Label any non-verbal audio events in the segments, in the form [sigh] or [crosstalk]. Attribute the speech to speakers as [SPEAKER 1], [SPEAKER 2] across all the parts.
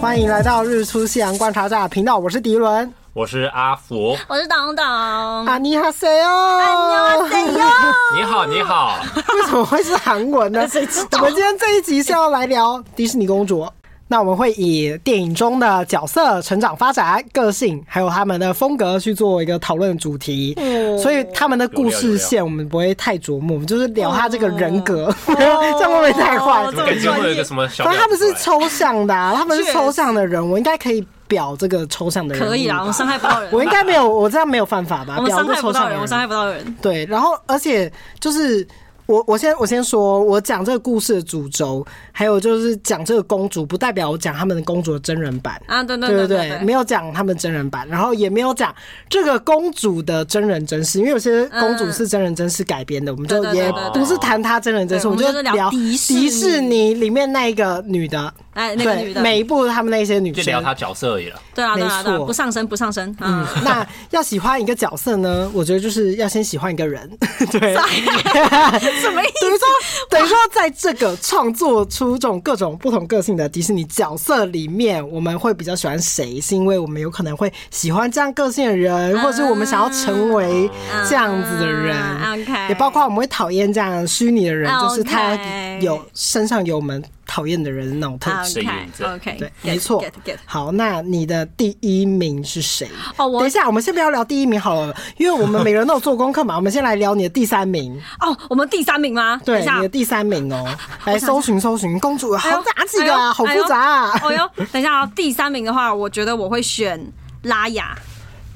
[SPEAKER 1] 欢迎来到日出夕阳观察站频道，我是迪伦。
[SPEAKER 2] 我是阿福，
[SPEAKER 3] 我是党党，
[SPEAKER 1] 啊，你好
[SPEAKER 3] 哎
[SPEAKER 1] 谁哦？
[SPEAKER 2] 你好，你好，
[SPEAKER 3] [laughs]
[SPEAKER 1] 为什么会是韩文呢？
[SPEAKER 3] 谁知
[SPEAKER 1] 我
[SPEAKER 3] 道
[SPEAKER 1] 们今天这一集是要来聊迪士尼公主。那我们会以电影中的角色成长、发展、个性，还有他们的风格去做一个讨论主题。
[SPEAKER 3] 嗯
[SPEAKER 1] 所以他们的故事线我们不会太琢磨，我们就是聊他这个人格， [laughs] 这样会不会太坏？
[SPEAKER 3] 哦
[SPEAKER 2] 怎么感觉会有一个什么小
[SPEAKER 1] 反正
[SPEAKER 2] 鸟出来？
[SPEAKER 1] 他们是抽象的、啊，他们是
[SPEAKER 3] 确实
[SPEAKER 1] 抽象的人，我应该可以表这个抽象的人。
[SPEAKER 3] 可以啦，啊我们伤害不到
[SPEAKER 1] [laughs]
[SPEAKER 3] 人，
[SPEAKER 1] 我应该没有，我这样没有犯法吧？
[SPEAKER 3] 我们
[SPEAKER 1] 表
[SPEAKER 3] 伤
[SPEAKER 1] 个
[SPEAKER 3] 害
[SPEAKER 1] 抽
[SPEAKER 3] 不
[SPEAKER 1] 象
[SPEAKER 3] 到
[SPEAKER 1] 的
[SPEAKER 3] 人，我伤害不到人，
[SPEAKER 1] 对，然后而且就是我我先我先说，我讲这个故事的主轴，还有就是讲这个公主，不代表我讲他们的公主的真人版。
[SPEAKER 3] 啊，对对
[SPEAKER 1] 对
[SPEAKER 3] 对
[SPEAKER 1] 对对，没有讲他们真人版，然后也没有讲这个公主的真人真事，因为有些公主是真人真事改编的，我们就
[SPEAKER 3] 对对
[SPEAKER 1] 也
[SPEAKER 3] 对
[SPEAKER 2] 对对
[SPEAKER 1] 不是谈她真人真事，
[SPEAKER 3] 对
[SPEAKER 1] 我们
[SPEAKER 3] 我们就是聊
[SPEAKER 1] 聊
[SPEAKER 3] 迪士尼
[SPEAKER 1] 迪士尼里面那一个女的，
[SPEAKER 3] 哎，那个女
[SPEAKER 1] 对，
[SPEAKER 3] 的，
[SPEAKER 1] 每一部他们那些女
[SPEAKER 2] 就
[SPEAKER 1] 生，
[SPEAKER 2] 聊他角色而已了。
[SPEAKER 3] 对啊对
[SPEAKER 1] 没
[SPEAKER 3] 啊对啊，
[SPEAKER 1] 错
[SPEAKER 3] 不上升不上升
[SPEAKER 1] 嗯
[SPEAKER 3] 啊，， [laughs]
[SPEAKER 1] 那要喜欢一个角色呢，我觉得就是要先喜欢一个
[SPEAKER 3] [laughs]
[SPEAKER 1] 人，对，
[SPEAKER 3] 什么意思
[SPEAKER 1] [laughs] 等于说，等于说，在这个创作出这种各种不同个性的迪士尼角色里面，我们会比较喜欢谁？是因为我们有可能会喜欢这样个性的人，或者是我们想要成为这样子的人。
[SPEAKER 3] 啊，OK
[SPEAKER 1] 也包括我们会讨厌这样虚拟的人，
[SPEAKER 3] 啊
[SPEAKER 1] 就是他
[SPEAKER 3] OK
[SPEAKER 1] 有身上有我们讨厌的人的那种特质。
[SPEAKER 2] 谁赢这
[SPEAKER 3] OK，
[SPEAKER 1] 对，没错
[SPEAKER 3] get get。
[SPEAKER 1] 好，那你的第一名是谁？
[SPEAKER 3] 哦我
[SPEAKER 1] 等一下，我们先不要聊第一名好了，因为我们每人都有做功课嘛。我们 [laughs] 先来聊你的第三名，
[SPEAKER 3] 哦，我们第三名吗？
[SPEAKER 1] 对，
[SPEAKER 3] 等一下
[SPEAKER 1] 你的第三名
[SPEAKER 3] [laughs]
[SPEAKER 1] 哦。来搜寻搜寻，公主好杂几个
[SPEAKER 3] 哎
[SPEAKER 1] 啊，
[SPEAKER 3] 呦
[SPEAKER 1] 好复杂啊。[laughs]
[SPEAKER 3] 哎呦，等一下啊，第三名的话，我觉得我会选拉雅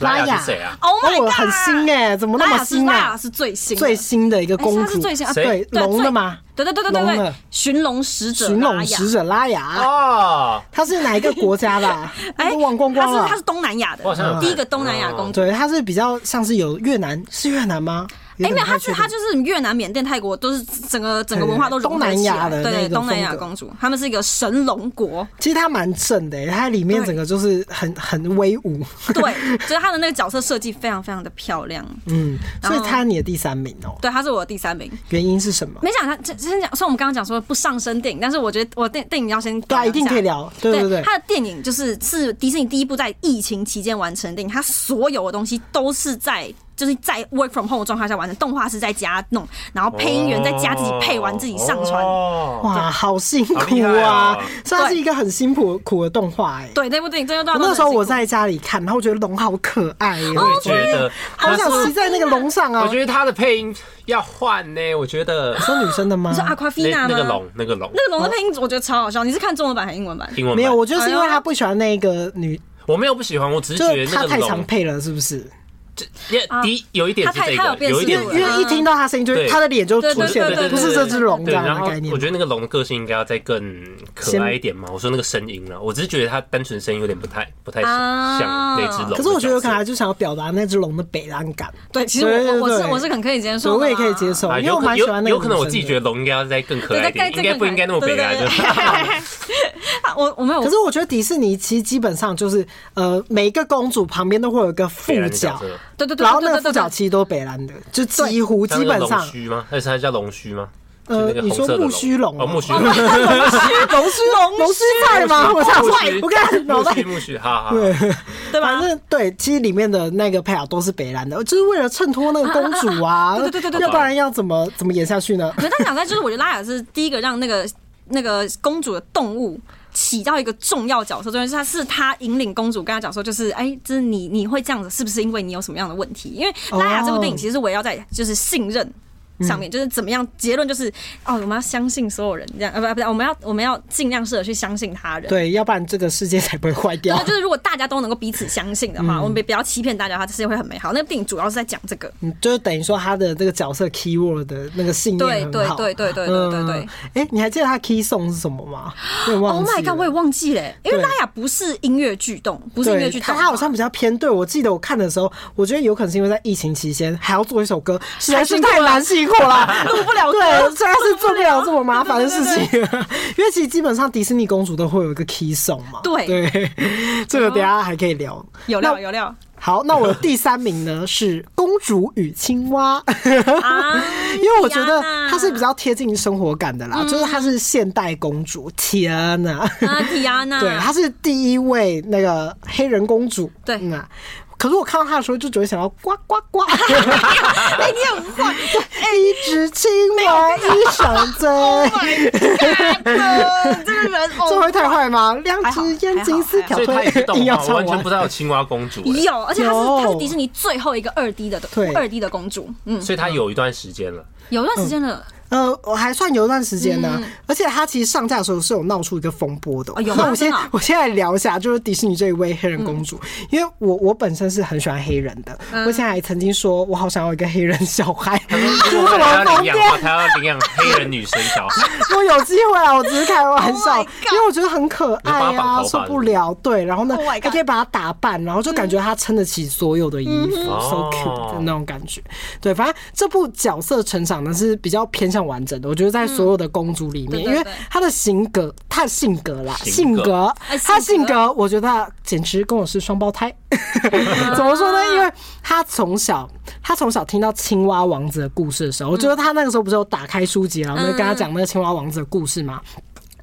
[SPEAKER 1] 拉雅
[SPEAKER 2] 雅是谁啊？
[SPEAKER 3] ，Oh my
[SPEAKER 1] 哦
[SPEAKER 3] god，
[SPEAKER 1] 很新哎，怎么那
[SPEAKER 3] 拉
[SPEAKER 1] 么
[SPEAKER 3] 雅是
[SPEAKER 1] 新
[SPEAKER 3] 拉雅
[SPEAKER 1] 啊？
[SPEAKER 3] 是最新的
[SPEAKER 1] 最新的一个
[SPEAKER 3] 哎是
[SPEAKER 1] 公
[SPEAKER 3] 它
[SPEAKER 1] 主
[SPEAKER 3] 是，最新啊，
[SPEAKER 1] 对
[SPEAKER 2] 谁
[SPEAKER 3] 对
[SPEAKER 1] 龙的吗？
[SPEAKER 3] 最对对对对对
[SPEAKER 1] 龙
[SPEAKER 3] 对
[SPEAKER 1] 的，
[SPEAKER 3] 寻龙使者，
[SPEAKER 1] 寻
[SPEAKER 3] 拉
[SPEAKER 1] 龙
[SPEAKER 3] 雅
[SPEAKER 1] 使者拉雅，
[SPEAKER 2] 哦，
[SPEAKER 1] 她是哪一个国家的
[SPEAKER 3] [laughs]
[SPEAKER 1] 啊？嗯啊她都忘光光
[SPEAKER 3] 他
[SPEAKER 1] 了
[SPEAKER 3] 哎是他。是东南亚的
[SPEAKER 2] 我好像有，看
[SPEAKER 3] 第一个东南亚公主。
[SPEAKER 1] 对，她是比较像是有越南，是越南吗？有
[SPEAKER 3] 哎，
[SPEAKER 1] 点
[SPEAKER 3] 没有，
[SPEAKER 1] 不太
[SPEAKER 3] 她是
[SPEAKER 1] 确定
[SPEAKER 3] 她就是越南、缅甸、泰国，都是整个整个文化都融合
[SPEAKER 1] 东南亚的
[SPEAKER 3] 起来啊
[SPEAKER 1] 那
[SPEAKER 3] 对
[SPEAKER 1] 个
[SPEAKER 3] 对，东南亚
[SPEAKER 1] 风格
[SPEAKER 3] 公主，他们是一个神龙
[SPEAKER 1] [laughs]
[SPEAKER 3] 国，
[SPEAKER 1] 其实它蛮正的、欸，它里面整个就是很很威武，
[SPEAKER 3] 对，就是她的那个角色设计非常非常的漂亮。
[SPEAKER 1] 嗯，
[SPEAKER 3] 然
[SPEAKER 1] 所
[SPEAKER 3] 后
[SPEAKER 1] 以它你的第三名哦、
[SPEAKER 3] 对，她是我的第三名。
[SPEAKER 1] 原因是什么？
[SPEAKER 3] 没想到，这先讲，虽然我们刚刚讲说不上升电影，但是我觉得我电电影要先
[SPEAKER 1] 对、
[SPEAKER 3] 大
[SPEAKER 1] 啊，一定可以。聊，对对对，
[SPEAKER 3] 他的电影就是是迪士尼第一部在疫情期间完成的电影，他所有的东西都是在就是在 work from home 的状态下完成，动画是在家弄，然后配音员在家自己配完自己上传。
[SPEAKER 2] 哦
[SPEAKER 1] 哇，好辛
[SPEAKER 2] 好
[SPEAKER 1] 苦
[SPEAKER 2] 厉害
[SPEAKER 1] 啊
[SPEAKER 2] 哦！
[SPEAKER 1] 所以它是一个很辛苦苦的动画、欸，哎，
[SPEAKER 3] 对，那部电影真的
[SPEAKER 1] 我
[SPEAKER 3] 让
[SPEAKER 1] 那时候我
[SPEAKER 3] 很辛苦
[SPEAKER 1] 在家里看，然后我觉得龙好可爱耶、
[SPEAKER 2] 我也觉得
[SPEAKER 1] 好
[SPEAKER 2] 可
[SPEAKER 1] 想骑
[SPEAKER 2] 是
[SPEAKER 1] 在那个龙上
[SPEAKER 3] 哦
[SPEAKER 1] 啊！
[SPEAKER 2] 我觉得他的配音要换呢，我觉得
[SPEAKER 1] 说女生的吗
[SPEAKER 3] 你？说阿夸菲娜
[SPEAKER 2] 那
[SPEAKER 3] 吗？
[SPEAKER 2] 那个龙，那个龙，
[SPEAKER 3] 那个龙的配音我觉得超好笑。你是看中文版还是英文版？
[SPEAKER 2] 英文版
[SPEAKER 1] 没有，我就是因为
[SPEAKER 3] 哎
[SPEAKER 1] 他
[SPEAKER 3] 呦
[SPEAKER 1] 不喜欢那个女，
[SPEAKER 2] 我没有不喜欢，我只是
[SPEAKER 1] 就
[SPEAKER 2] 觉
[SPEAKER 1] 是
[SPEAKER 2] 得
[SPEAKER 1] 他
[SPEAKER 2] 那个
[SPEAKER 1] 太常
[SPEAKER 2] 龙，
[SPEAKER 1] 配了，是不是？
[SPEAKER 2] 也
[SPEAKER 3] 啊
[SPEAKER 2] 第一有一点是
[SPEAKER 3] 他太
[SPEAKER 2] 这
[SPEAKER 3] 他有
[SPEAKER 2] 个，
[SPEAKER 3] 辨
[SPEAKER 2] 有一
[SPEAKER 3] 识
[SPEAKER 2] 点
[SPEAKER 3] 度
[SPEAKER 2] 是
[SPEAKER 3] 了
[SPEAKER 1] 因为一听到他声音，就
[SPEAKER 2] 对
[SPEAKER 1] 他的脸就出现
[SPEAKER 3] 对对
[SPEAKER 1] 了，
[SPEAKER 3] 对对
[SPEAKER 1] 不是这只龙这
[SPEAKER 2] 对，
[SPEAKER 1] 样
[SPEAKER 2] 然后
[SPEAKER 1] 的概念
[SPEAKER 2] 我。觉得那个龙的个性应该要再更可爱一点嘛。我说那个声音啊呢，我只是觉得它单纯声音有点不太不太像
[SPEAKER 3] 啊
[SPEAKER 2] 像那只龙。
[SPEAKER 1] 可是我觉得有可能他就想要表达那只龙的北岸感，
[SPEAKER 3] 对，其实我
[SPEAKER 1] 对对
[SPEAKER 3] 我我是
[SPEAKER 1] 对
[SPEAKER 3] 我是很可以接受
[SPEAKER 1] 所
[SPEAKER 3] 的
[SPEAKER 1] 以
[SPEAKER 3] 啦，
[SPEAKER 1] 我也可以接受，
[SPEAKER 2] 啊，
[SPEAKER 1] 因为
[SPEAKER 2] 有
[SPEAKER 1] 我
[SPEAKER 2] 可
[SPEAKER 1] 蛮喜欢
[SPEAKER 2] 有
[SPEAKER 1] 那个。
[SPEAKER 2] 有可能我自己觉
[SPEAKER 1] 得，
[SPEAKER 2] 得龙应该要再更可
[SPEAKER 3] 对。
[SPEAKER 2] 爱
[SPEAKER 3] 对，
[SPEAKER 2] 一点，
[SPEAKER 3] 对，
[SPEAKER 2] 应该不应该那么
[SPEAKER 3] 对
[SPEAKER 2] 北
[SPEAKER 3] 对
[SPEAKER 2] 来的 [laughs]
[SPEAKER 3] 对。
[SPEAKER 1] [laughs]
[SPEAKER 3] 对我我没有，
[SPEAKER 1] 可是我觉得迪士尼其实基本上就是，呃，每一个公主旁边都会有一个副
[SPEAKER 2] 北兰的
[SPEAKER 1] 角
[SPEAKER 2] 角，色，
[SPEAKER 3] 对对对，
[SPEAKER 1] 然后
[SPEAKER 3] 对
[SPEAKER 1] 那个
[SPEAKER 3] 对对
[SPEAKER 1] 副角其实都是北兰的，就几乎
[SPEAKER 2] 它
[SPEAKER 1] 基
[SPEAKER 2] 那
[SPEAKER 1] 本
[SPEAKER 2] 个龙
[SPEAKER 1] 上，
[SPEAKER 2] 须吗？还是它叫龙须吗？
[SPEAKER 1] 呃
[SPEAKER 2] 就那个红色的
[SPEAKER 1] 你说木须龙
[SPEAKER 2] 哦，木须
[SPEAKER 1] 哦
[SPEAKER 2] 龙，
[SPEAKER 1] 龙须龙须菜吗？我想
[SPEAKER 2] 木
[SPEAKER 1] 坏，
[SPEAKER 2] 须
[SPEAKER 1] 我看脑
[SPEAKER 2] 木
[SPEAKER 1] 袋
[SPEAKER 2] 须木须，好好。好
[SPEAKER 1] 对，
[SPEAKER 3] 对吧
[SPEAKER 1] 反正对，其实里面的那个配角都是北兰的，就是为了衬托那个公主啊，
[SPEAKER 3] 对对对对对
[SPEAKER 1] 要不然要怎么怎么演下去呢？
[SPEAKER 3] [laughs] 可是他讲在就是，我觉得拉雅是第一个让那个那个公主的动物起到一个重要角色，就是她是她引领公主跟她讲说，就是哎，这是你你会这样子，是不是因为你有什么样的问题？因为
[SPEAKER 1] 哦
[SPEAKER 3] 拉雅这部电影其实是围绕在就是信任。上
[SPEAKER 1] 嗯
[SPEAKER 3] 面就是怎么样？结论就是哦，我们要相信所有人，这样呃，不不，我们要我们要尽量试着去相信他人。
[SPEAKER 1] 对，要不然这个世界才不会坏掉
[SPEAKER 3] 对，。就是如果大家都能够彼此相信的
[SPEAKER 1] 嗯
[SPEAKER 3] 话，我们不要欺骗大家，他世界会很美好。那个电影主要是在讲这个。
[SPEAKER 1] 嗯，就是等于说他的这个角色 keyword 的那个信念
[SPEAKER 3] 对
[SPEAKER 1] 很
[SPEAKER 3] 对
[SPEAKER 1] 好。
[SPEAKER 3] 对对对对对对
[SPEAKER 1] 嗯。哎，你还记得他 key song 是什么吗？我也
[SPEAKER 3] Oh
[SPEAKER 1] 忘记
[SPEAKER 3] my
[SPEAKER 1] 了。
[SPEAKER 3] god！我也忘记了欸、因为
[SPEAKER 1] 对
[SPEAKER 3] 拉雅不是音乐剧动，不是音乐
[SPEAKER 1] 对
[SPEAKER 3] 剧动
[SPEAKER 1] 他
[SPEAKER 3] 画，
[SPEAKER 1] 他好像比较偏对，我记得我看的时候，我觉得有可能是因为在疫情期间还要做一首歌，实
[SPEAKER 3] 啊
[SPEAKER 1] 在是太难辛苦了，录不了对，实在是做不了这么麻烦的事情。因为其实基本上迪士尼公主都会有一个 key song 嘛，
[SPEAKER 3] 对
[SPEAKER 1] 对，这个等一下还可以聊。
[SPEAKER 3] 有料有料。
[SPEAKER 1] 好，那我的第三名呢是《公主与青蛙》
[SPEAKER 3] 啊，
[SPEAKER 1] [laughs] 因为我觉得它是比较贴近生活感的啦，就是它是现代公主，天呐，
[SPEAKER 3] 啊，蒂亚娜，
[SPEAKER 1] 对，她是第一位那个黑人公主，
[SPEAKER 3] 对
[SPEAKER 1] 嗯啊。可是我看到她的时候，就只会想到呱呱呱，
[SPEAKER 3] 哎，你很坏，
[SPEAKER 1] 一直亲我一上嘴，
[SPEAKER 3] 呃这个人
[SPEAKER 1] 这
[SPEAKER 3] 哦
[SPEAKER 1] 会太坏吗？两只眼睛是
[SPEAKER 2] 所
[SPEAKER 1] 条
[SPEAKER 2] 以它
[SPEAKER 1] 腿
[SPEAKER 2] 也是，动
[SPEAKER 1] [laughs] 硬要
[SPEAKER 2] 画，我
[SPEAKER 1] 唱
[SPEAKER 2] 完全
[SPEAKER 1] 完
[SPEAKER 2] 不。知道有青蛙公主、欸，
[SPEAKER 3] 有，而且她是
[SPEAKER 1] 有
[SPEAKER 3] 她是迪士尼最后一个二 D 的
[SPEAKER 1] 对
[SPEAKER 3] 二 D 的公主，嗯，
[SPEAKER 2] 所以它有一段时
[SPEAKER 1] [laughs]
[SPEAKER 2] 间了。
[SPEAKER 3] 有一段时间了，
[SPEAKER 1] 呃，我还算有一段时间呢、而且它其实上架的时候是有闹出一个风波的哦、
[SPEAKER 3] 嗯哦有吗
[SPEAKER 1] 那我先
[SPEAKER 3] 真的嗯哦
[SPEAKER 1] 我先来聊一下，就是迪士尼这一位黑人公主，因为我我本身是很喜欢黑人的，
[SPEAKER 3] 嗯
[SPEAKER 1] 我现在还曾经说我好想要一个黑人小孩，
[SPEAKER 2] 如
[SPEAKER 1] [laughs]
[SPEAKER 2] 果他要领养的话，他要领养黑人女生小孩，
[SPEAKER 1] 我有机会啊，我只是开玩笑
[SPEAKER 3] Oh my god
[SPEAKER 1] 因为我觉得很可爱
[SPEAKER 2] 你就把它绑
[SPEAKER 1] 啊，
[SPEAKER 2] 头发
[SPEAKER 1] 受不了。对，然后呢
[SPEAKER 3] Oh my god
[SPEAKER 1] 还可以把它打扮，然后就感觉她撑得起所有的衣服
[SPEAKER 2] 嗯
[SPEAKER 1] ，so
[SPEAKER 2] 哦
[SPEAKER 1] cute 的那种感觉。对，反正这部角色成长呢是比较偏向完整的，我觉得在所有的公主里面，
[SPEAKER 3] 嗯对对
[SPEAKER 1] 因为
[SPEAKER 3] 对
[SPEAKER 1] 她的性格，她的性格啦，性
[SPEAKER 2] 性格
[SPEAKER 1] 格
[SPEAKER 3] 哎，
[SPEAKER 1] 她
[SPEAKER 3] 性
[SPEAKER 1] 啊性
[SPEAKER 3] 格
[SPEAKER 1] 格，我觉得她简直跟我是双胞胎。 [laughs] 怎么说呢？啊因为她从小，她从小听到青蛙王子的故事的时候，我觉得她那个时候不是有打开书籍，然后就跟她讲那个青蛙王子的故事嘛。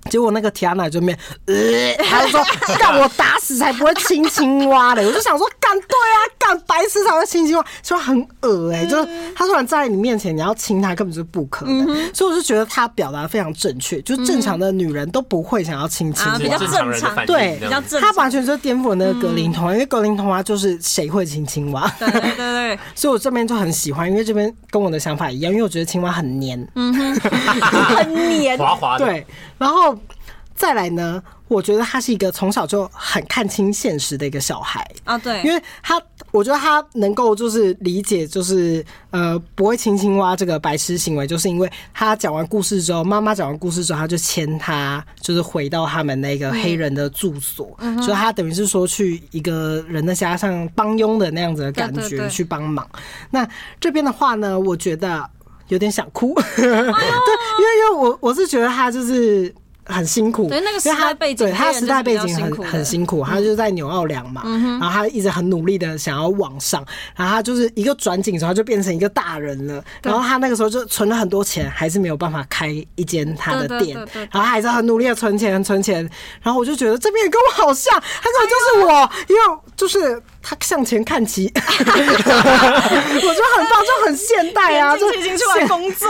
[SPEAKER 1] 结果那个提亚娜就面，呃， [laughs] 他就说干我打死才不会亲青蛙嘞！我就想说干对啊，干白痴才会亲青蛙，青蛙很恶哎、就是他突然站在你面前，你要亲他根本就是不可能，所以我就觉得他表达得非常正确，就正常的女人都不会想要亲青蛙
[SPEAKER 3] 啊，
[SPEAKER 2] 就
[SPEAKER 3] 比较
[SPEAKER 2] 是正常人的反应
[SPEAKER 1] 对
[SPEAKER 2] 这
[SPEAKER 3] 比较
[SPEAKER 2] 样子。嗯
[SPEAKER 3] 正
[SPEAKER 1] 他
[SPEAKER 3] 常，
[SPEAKER 1] 完全就是颠覆了那个格林童话，因为格林童话就是谁会亲青蛙，
[SPEAKER 3] 嗯对对对对，
[SPEAKER 1] [laughs] 所以我这边就很喜欢，因为这边跟我的想法一样，因为我觉得青蛙很黏，
[SPEAKER 2] 嗯
[SPEAKER 1] 啊
[SPEAKER 3] 很黏，
[SPEAKER 2] 滑滑的，
[SPEAKER 1] 对，然后再来呢，我觉得他是一个从小就很看清现实的一个小孩。
[SPEAKER 3] 啊，对，
[SPEAKER 1] 因为他，我觉得他能够就是理解，就是呃不会亲青蛙这个白痴行为，就是因为他讲完故事之后，妈妈讲完故事之后，他就牵他，就是回到他们那个
[SPEAKER 3] 嗯
[SPEAKER 1] 黑人的住所，所以他等于是说去一个人的家，像帮佣的那样子的感
[SPEAKER 3] 对对
[SPEAKER 1] 觉
[SPEAKER 3] 对
[SPEAKER 1] 去帮忙。那这边的话呢，我觉得有点想哭，
[SPEAKER 3] 哎
[SPEAKER 1] [laughs] 对，因为因为我我是觉得他就是。很辛苦，
[SPEAKER 3] 对那个
[SPEAKER 1] 因为
[SPEAKER 3] 时代
[SPEAKER 1] 他
[SPEAKER 3] 背景
[SPEAKER 1] 对他
[SPEAKER 3] 黑人
[SPEAKER 1] 时代
[SPEAKER 3] 就是
[SPEAKER 1] 背
[SPEAKER 3] 比较
[SPEAKER 1] 景
[SPEAKER 3] 辛
[SPEAKER 1] 很
[SPEAKER 3] 苦的
[SPEAKER 1] 很辛
[SPEAKER 3] 嗯
[SPEAKER 1] 苦，他就在纽奥良嘛，然后他一直很努力的想要往上，然后他就是一个转景之后他就变成一个大人了，然后他那个时候就存了很多钱，还是没有办法开一间他的
[SPEAKER 3] 对对
[SPEAKER 1] 店
[SPEAKER 3] 对对，对
[SPEAKER 1] 然后他还是很努力的存钱存钱，然后我就觉得这边也跟我好像，他根本就是
[SPEAKER 3] [laughs]
[SPEAKER 1] 我，因为就是他向前看齐， [laughs] 我觉得很棒，就很现代啊，就
[SPEAKER 3] 年纪轻轻出来
[SPEAKER 1] 现
[SPEAKER 3] 工作，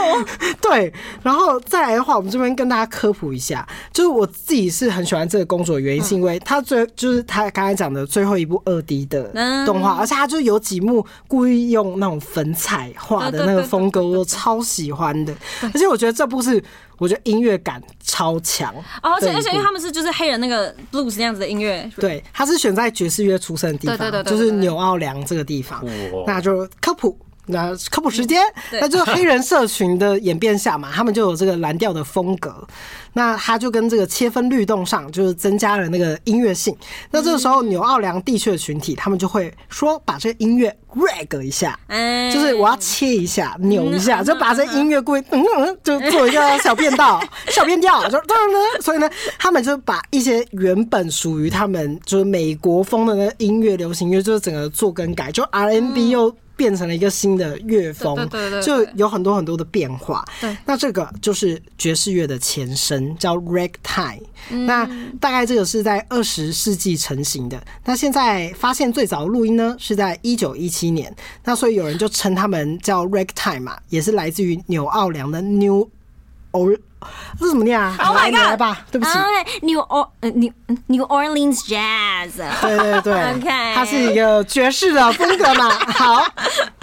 [SPEAKER 1] [laughs] 对，然后再来的话，我们这边跟大家科普一下，就是我自己是很喜欢这个公主的原因，
[SPEAKER 3] 嗯
[SPEAKER 1] 是因为它最就是它刚才讲的最后一部二 D 的
[SPEAKER 3] 嗯
[SPEAKER 1] 动画，而且它就有几幕故意用那种粉彩画的
[SPEAKER 3] 对对
[SPEAKER 1] 那个
[SPEAKER 3] 对对
[SPEAKER 1] 风格，
[SPEAKER 3] 对对
[SPEAKER 1] 我超喜欢的。而且我觉得这部是我觉得音乐感超强
[SPEAKER 3] 哦，而且
[SPEAKER 1] 的一
[SPEAKER 3] 而且因为
[SPEAKER 1] 部
[SPEAKER 3] 他们是就是黑人那个 blues 那样子的音乐，
[SPEAKER 1] 对，他是选在爵士乐出生的地方，
[SPEAKER 3] 对对对对
[SPEAKER 1] 就是
[SPEAKER 3] 对对
[SPEAKER 1] 纽奥良这个地方。
[SPEAKER 2] 哇
[SPEAKER 1] 那就科普，那科普时间，
[SPEAKER 3] 对
[SPEAKER 1] 那就是黑人社群的演变下嘛，他 [laughs] 们就有这个蓝调的风格。那他就跟这个切分律动上，就是增加了那个音乐性。那这个时候，纽奥良地区的群体，他们就会说把这个音乐 rag 一下，
[SPEAKER 3] 哎，
[SPEAKER 1] 就是我要切一下、扭一下，
[SPEAKER 3] 嗯
[SPEAKER 1] 就把这音乐规嗯嗯，就做一个小变
[SPEAKER 3] [laughs]
[SPEAKER 1] 道、小变调，就当然呢。所以呢，他们就把一些原本属于他们就是美国风的那个音乐、流行乐，就是整个做更改，就
[SPEAKER 3] 嗯
[SPEAKER 1] R&B 又。变成了一个新的乐风，
[SPEAKER 3] 对对对
[SPEAKER 1] 就
[SPEAKER 3] 对对
[SPEAKER 1] 有很多很多的变化。
[SPEAKER 3] 对
[SPEAKER 1] 那这个就是爵士乐的前身，叫 ragtime。那
[SPEAKER 3] 嗯
[SPEAKER 1] 大概这个是在二十世纪成型的。那现在发现最早的录音呢，是在一九一七年。那所以有人就称他们叫 ragtime 嘛，也是来自于纽奥良的 New Or，这怎么念啊？
[SPEAKER 3] Oh my
[SPEAKER 1] 来你
[SPEAKER 3] god！
[SPEAKER 1] 来吧，对不起。
[SPEAKER 3] 哎，New Or 呃 New New Orleans Jazz，
[SPEAKER 1] 对对对
[SPEAKER 3] [laughs] OK
[SPEAKER 1] 它是一个爵士的风格嘛。 [laughs] 好，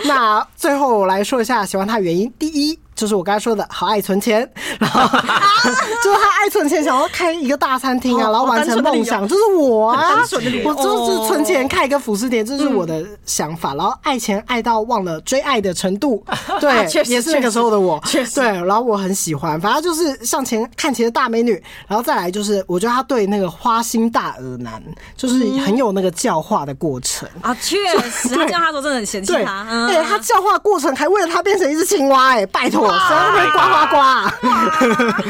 [SPEAKER 1] 那最后我来说一下喜欢它的原因。第一就是我刚才说的，好爱存钱， [laughs] 然
[SPEAKER 3] [laughs]
[SPEAKER 1] 后就是他爱存钱，想要开一个大餐厅啊，
[SPEAKER 3] 哦
[SPEAKER 1] 然后完成梦想，就是我
[SPEAKER 3] [laughs]
[SPEAKER 1] 啊，我就是存钱开一个服饰店，这是我的想法。然后爱钱爱到忘了追爱的程
[SPEAKER 3] [laughs]
[SPEAKER 1] 度，对，
[SPEAKER 3] 啊确实
[SPEAKER 1] 也是那个时候的我，对，然后我很喜欢，反正就是向前看齐的大美女，然后再来就是我觉得她对那个花心大耳男，就是
[SPEAKER 3] 嗯
[SPEAKER 1] 很有那个教化的过程。
[SPEAKER 3] 啊，确实，他这样他说真的很嫌弃
[SPEAKER 1] 对，
[SPEAKER 3] 他，嗯
[SPEAKER 1] 哎、他教化过程还为了他变成一只青蛙、哎，拜托，生日呱呱呱，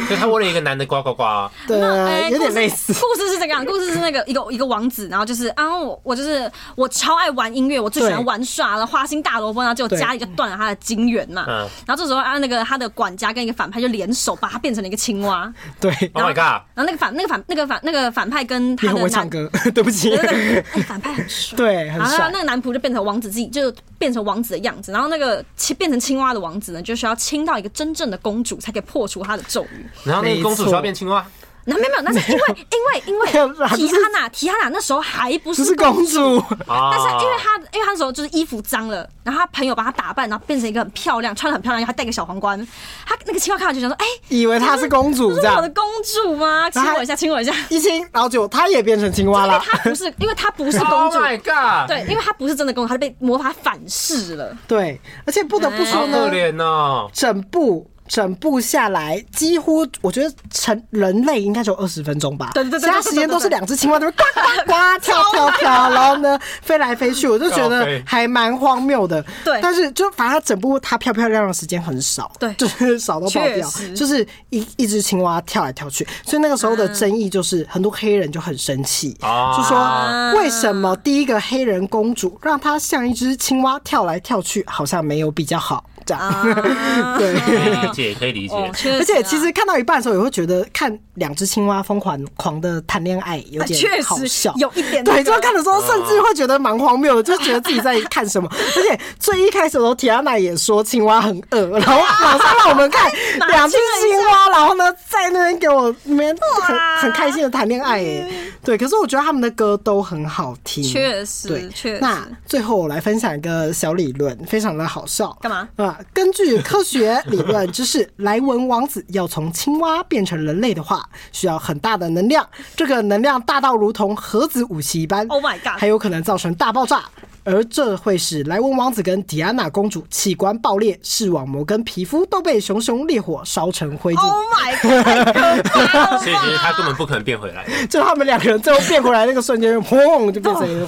[SPEAKER 2] 就他为了一个男的呱呱呱，
[SPEAKER 3] 哎
[SPEAKER 1] 对，啊有
[SPEAKER 3] 故
[SPEAKER 1] 点
[SPEAKER 3] 事
[SPEAKER 1] 类似。
[SPEAKER 3] 故事是这个样，故事是那个一个一个王子，然后就是啊，我我就是我超爱玩音乐，我最喜欢
[SPEAKER 1] 对
[SPEAKER 3] 玩耍了，花心大萝卜，然后结果
[SPEAKER 1] 对
[SPEAKER 3] 家里就断了他的金源嘛。
[SPEAKER 2] 嗯
[SPEAKER 3] 然后这时候啊，那个他的管家跟一个反派就联手把他变成了一个青蛙。
[SPEAKER 1] 对，
[SPEAKER 3] 哦
[SPEAKER 2] ，Oh my god，
[SPEAKER 3] 然后那个反那个反那个反那个反派跟
[SPEAKER 1] 你
[SPEAKER 3] 他
[SPEAKER 1] 很
[SPEAKER 3] 的
[SPEAKER 1] 会唱
[SPEAKER 3] 男，
[SPEAKER 1] 歌，对不起
[SPEAKER 3] [laughs] 对。对对哎反派很
[SPEAKER 1] [laughs]
[SPEAKER 3] 帅。
[SPEAKER 1] 对，很
[SPEAKER 3] 然后
[SPEAKER 1] 帅
[SPEAKER 3] 那。个男仆就变成王子自己，就变成王子的样子。然后那个亲变成青蛙的王子呢，就需要亲到一个真正的公主，才可以破除他的咒语。
[SPEAKER 2] 然后那个公主需要变青蛙，
[SPEAKER 3] 那没有没有，那是因为
[SPEAKER 1] [laughs]
[SPEAKER 3] 因为
[SPEAKER 1] 没
[SPEAKER 3] 因
[SPEAKER 1] 有
[SPEAKER 3] 为
[SPEAKER 1] 啦
[SPEAKER 3] 提
[SPEAKER 1] 不是
[SPEAKER 3] 哈娜提哈娜那时候还不
[SPEAKER 1] 不
[SPEAKER 3] 是
[SPEAKER 1] 是公主，
[SPEAKER 2] 啊
[SPEAKER 3] 但是因为他，因为他那时候就是衣服脏了，然后他朋友把他打扮，然后变成一个很漂亮，穿的很漂亮，然后还戴个小皇冠。他那个青蛙看到就想说：“哎、
[SPEAKER 1] 以为她是公主
[SPEAKER 3] 这
[SPEAKER 1] 这
[SPEAKER 3] 是我
[SPEAKER 1] 样
[SPEAKER 3] 的。公主吗？亲
[SPEAKER 1] 然后他
[SPEAKER 3] 我一下，亲我
[SPEAKER 1] [laughs]
[SPEAKER 3] 一下。”
[SPEAKER 1] 一亲，然后结果她也变成青蛙
[SPEAKER 3] 因为
[SPEAKER 1] 了。
[SPEAKER 3] 他不是，因为他不是公
[SPEAKER 2] ，Oh
[SPEAKER 3] 主，
[SPEAKER 2] my god，，
[SPEAKER 3] 对，因为他不是真的公主，他就被魔法反噬了。
[SPEAKER 1] 对，而且不得不
[SPEAKER 2] 好
[SPEAKER 1] 说
[SPEAKER 2] 可
[SPEAKER 1] 呢，
[SPEAKER 2] 怜哦，
[SPEAKER 1] 整部整部下来，几乎我觉得成人类应该只有二十分钟吧，
[SPEAKER 3] 对对对对
[SPEAKER 1] 其他时间都是两只青蛙在那边呱呱呱跳跳跳，然后呢飞来飞去，我就觉
[SPEAKER 2] 高
[SPEAKER 1] 得
[SPEAKER 2] 飞
[SPEAKER 1] 还蛮荒谬的。
[SPEAKER 3] 对
[SPEAKER 1] 但是就反正它整部它漂漂亮亮的时间很少，
[SPEAKER 3] 对
[SPEAKER 1] 就是少到爆
[SPEAKER 3] 确
[SPEAKER 1] 掉，
[SPEAKER 3] 实
[SPEAKER 1] 就是一一只青蛙跳来跳去，所以那个时候的争议就是很多黑人就很生气，
[SPEAKER 2] 啊
[SPEAKER 1] 就说为什么第一个黑人公主让她像一只青蛙跳来跳去，好像没有比较好这样。
[SPEAKER 3] 啊
[SPEAKER 1] [laughs] 对，
[SPEAKER 2] 可
[SPEAKER 3] [laughs]
[SPEAKER 2] 以理解，可以理
[SPEAKER 3] 哦
[SPEAKER 2] 解，，
[SPEAKER 3] 确实啊
[SPEAKER 1] 而且其实看到一半的时候，也会觉得看两只青蛙疯狂狂的谈恋爱有
[SPEAKER 3] 啊确
[SPEAKER 1] 点好
[SPEAKER 3] 实
[SPEAKER 1] 笑。
[SPEAKER 3] 有一点那
[SPEAKER 1] 对，
[SPEAKER 3] 个
[SPEAKER 1] 就看的时候甚至会觉得蛮荒谬的，就觉得自己在看什么。而且最一开始的时候，提安娜也说青蛙很饿，然后马上让我们看
[SPEAKER 3] 麻雀
[SPEAKER 1] 两只
[SPEAKER 3] 一
[SPEAKER 1] 青蛙，然后呢在那边给我那边很
[SPEAKER 3] 哇
[SPEAKER 1] 很开心的谈恋爱耶。对，可是我觉得他们的歌都很好听，
[SPEAKER 3] 确实
[SPEAKER 1] 对，
[SPEAKER 3] 确实
[SPEAKER 1] 那最后我来分享一个小理论，非常的好笑。
[SPEAKER 3] 干嘛
[SPEAKER 1] 啊、根据科学理论知识，莱文王子要从青蛙变成人类的话，需要很大的能量，这个能量大到如同核子武器一般。
[SPEAKER 3] Oh my god
[SPEAKER 1] 还有可能造成大爆炸。而这会使莱文王子跟迪安娜公主器官爆裂，视网膜跟皮肤都被熊熊烈火烧成灰烬。
[SPEAKER 3] ，Oh my god，太可怕了吧
[SPEAKER 2] 所以其实他根本不可能变回来，
[SPEAKER 1] 就他们两个人最后变回来那个瞬间，砰，就变成一个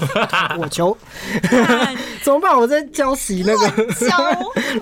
[SPEAKER 1] 火球。怎么办？我在教习那个
[SPEAKER 3] [laughs] 教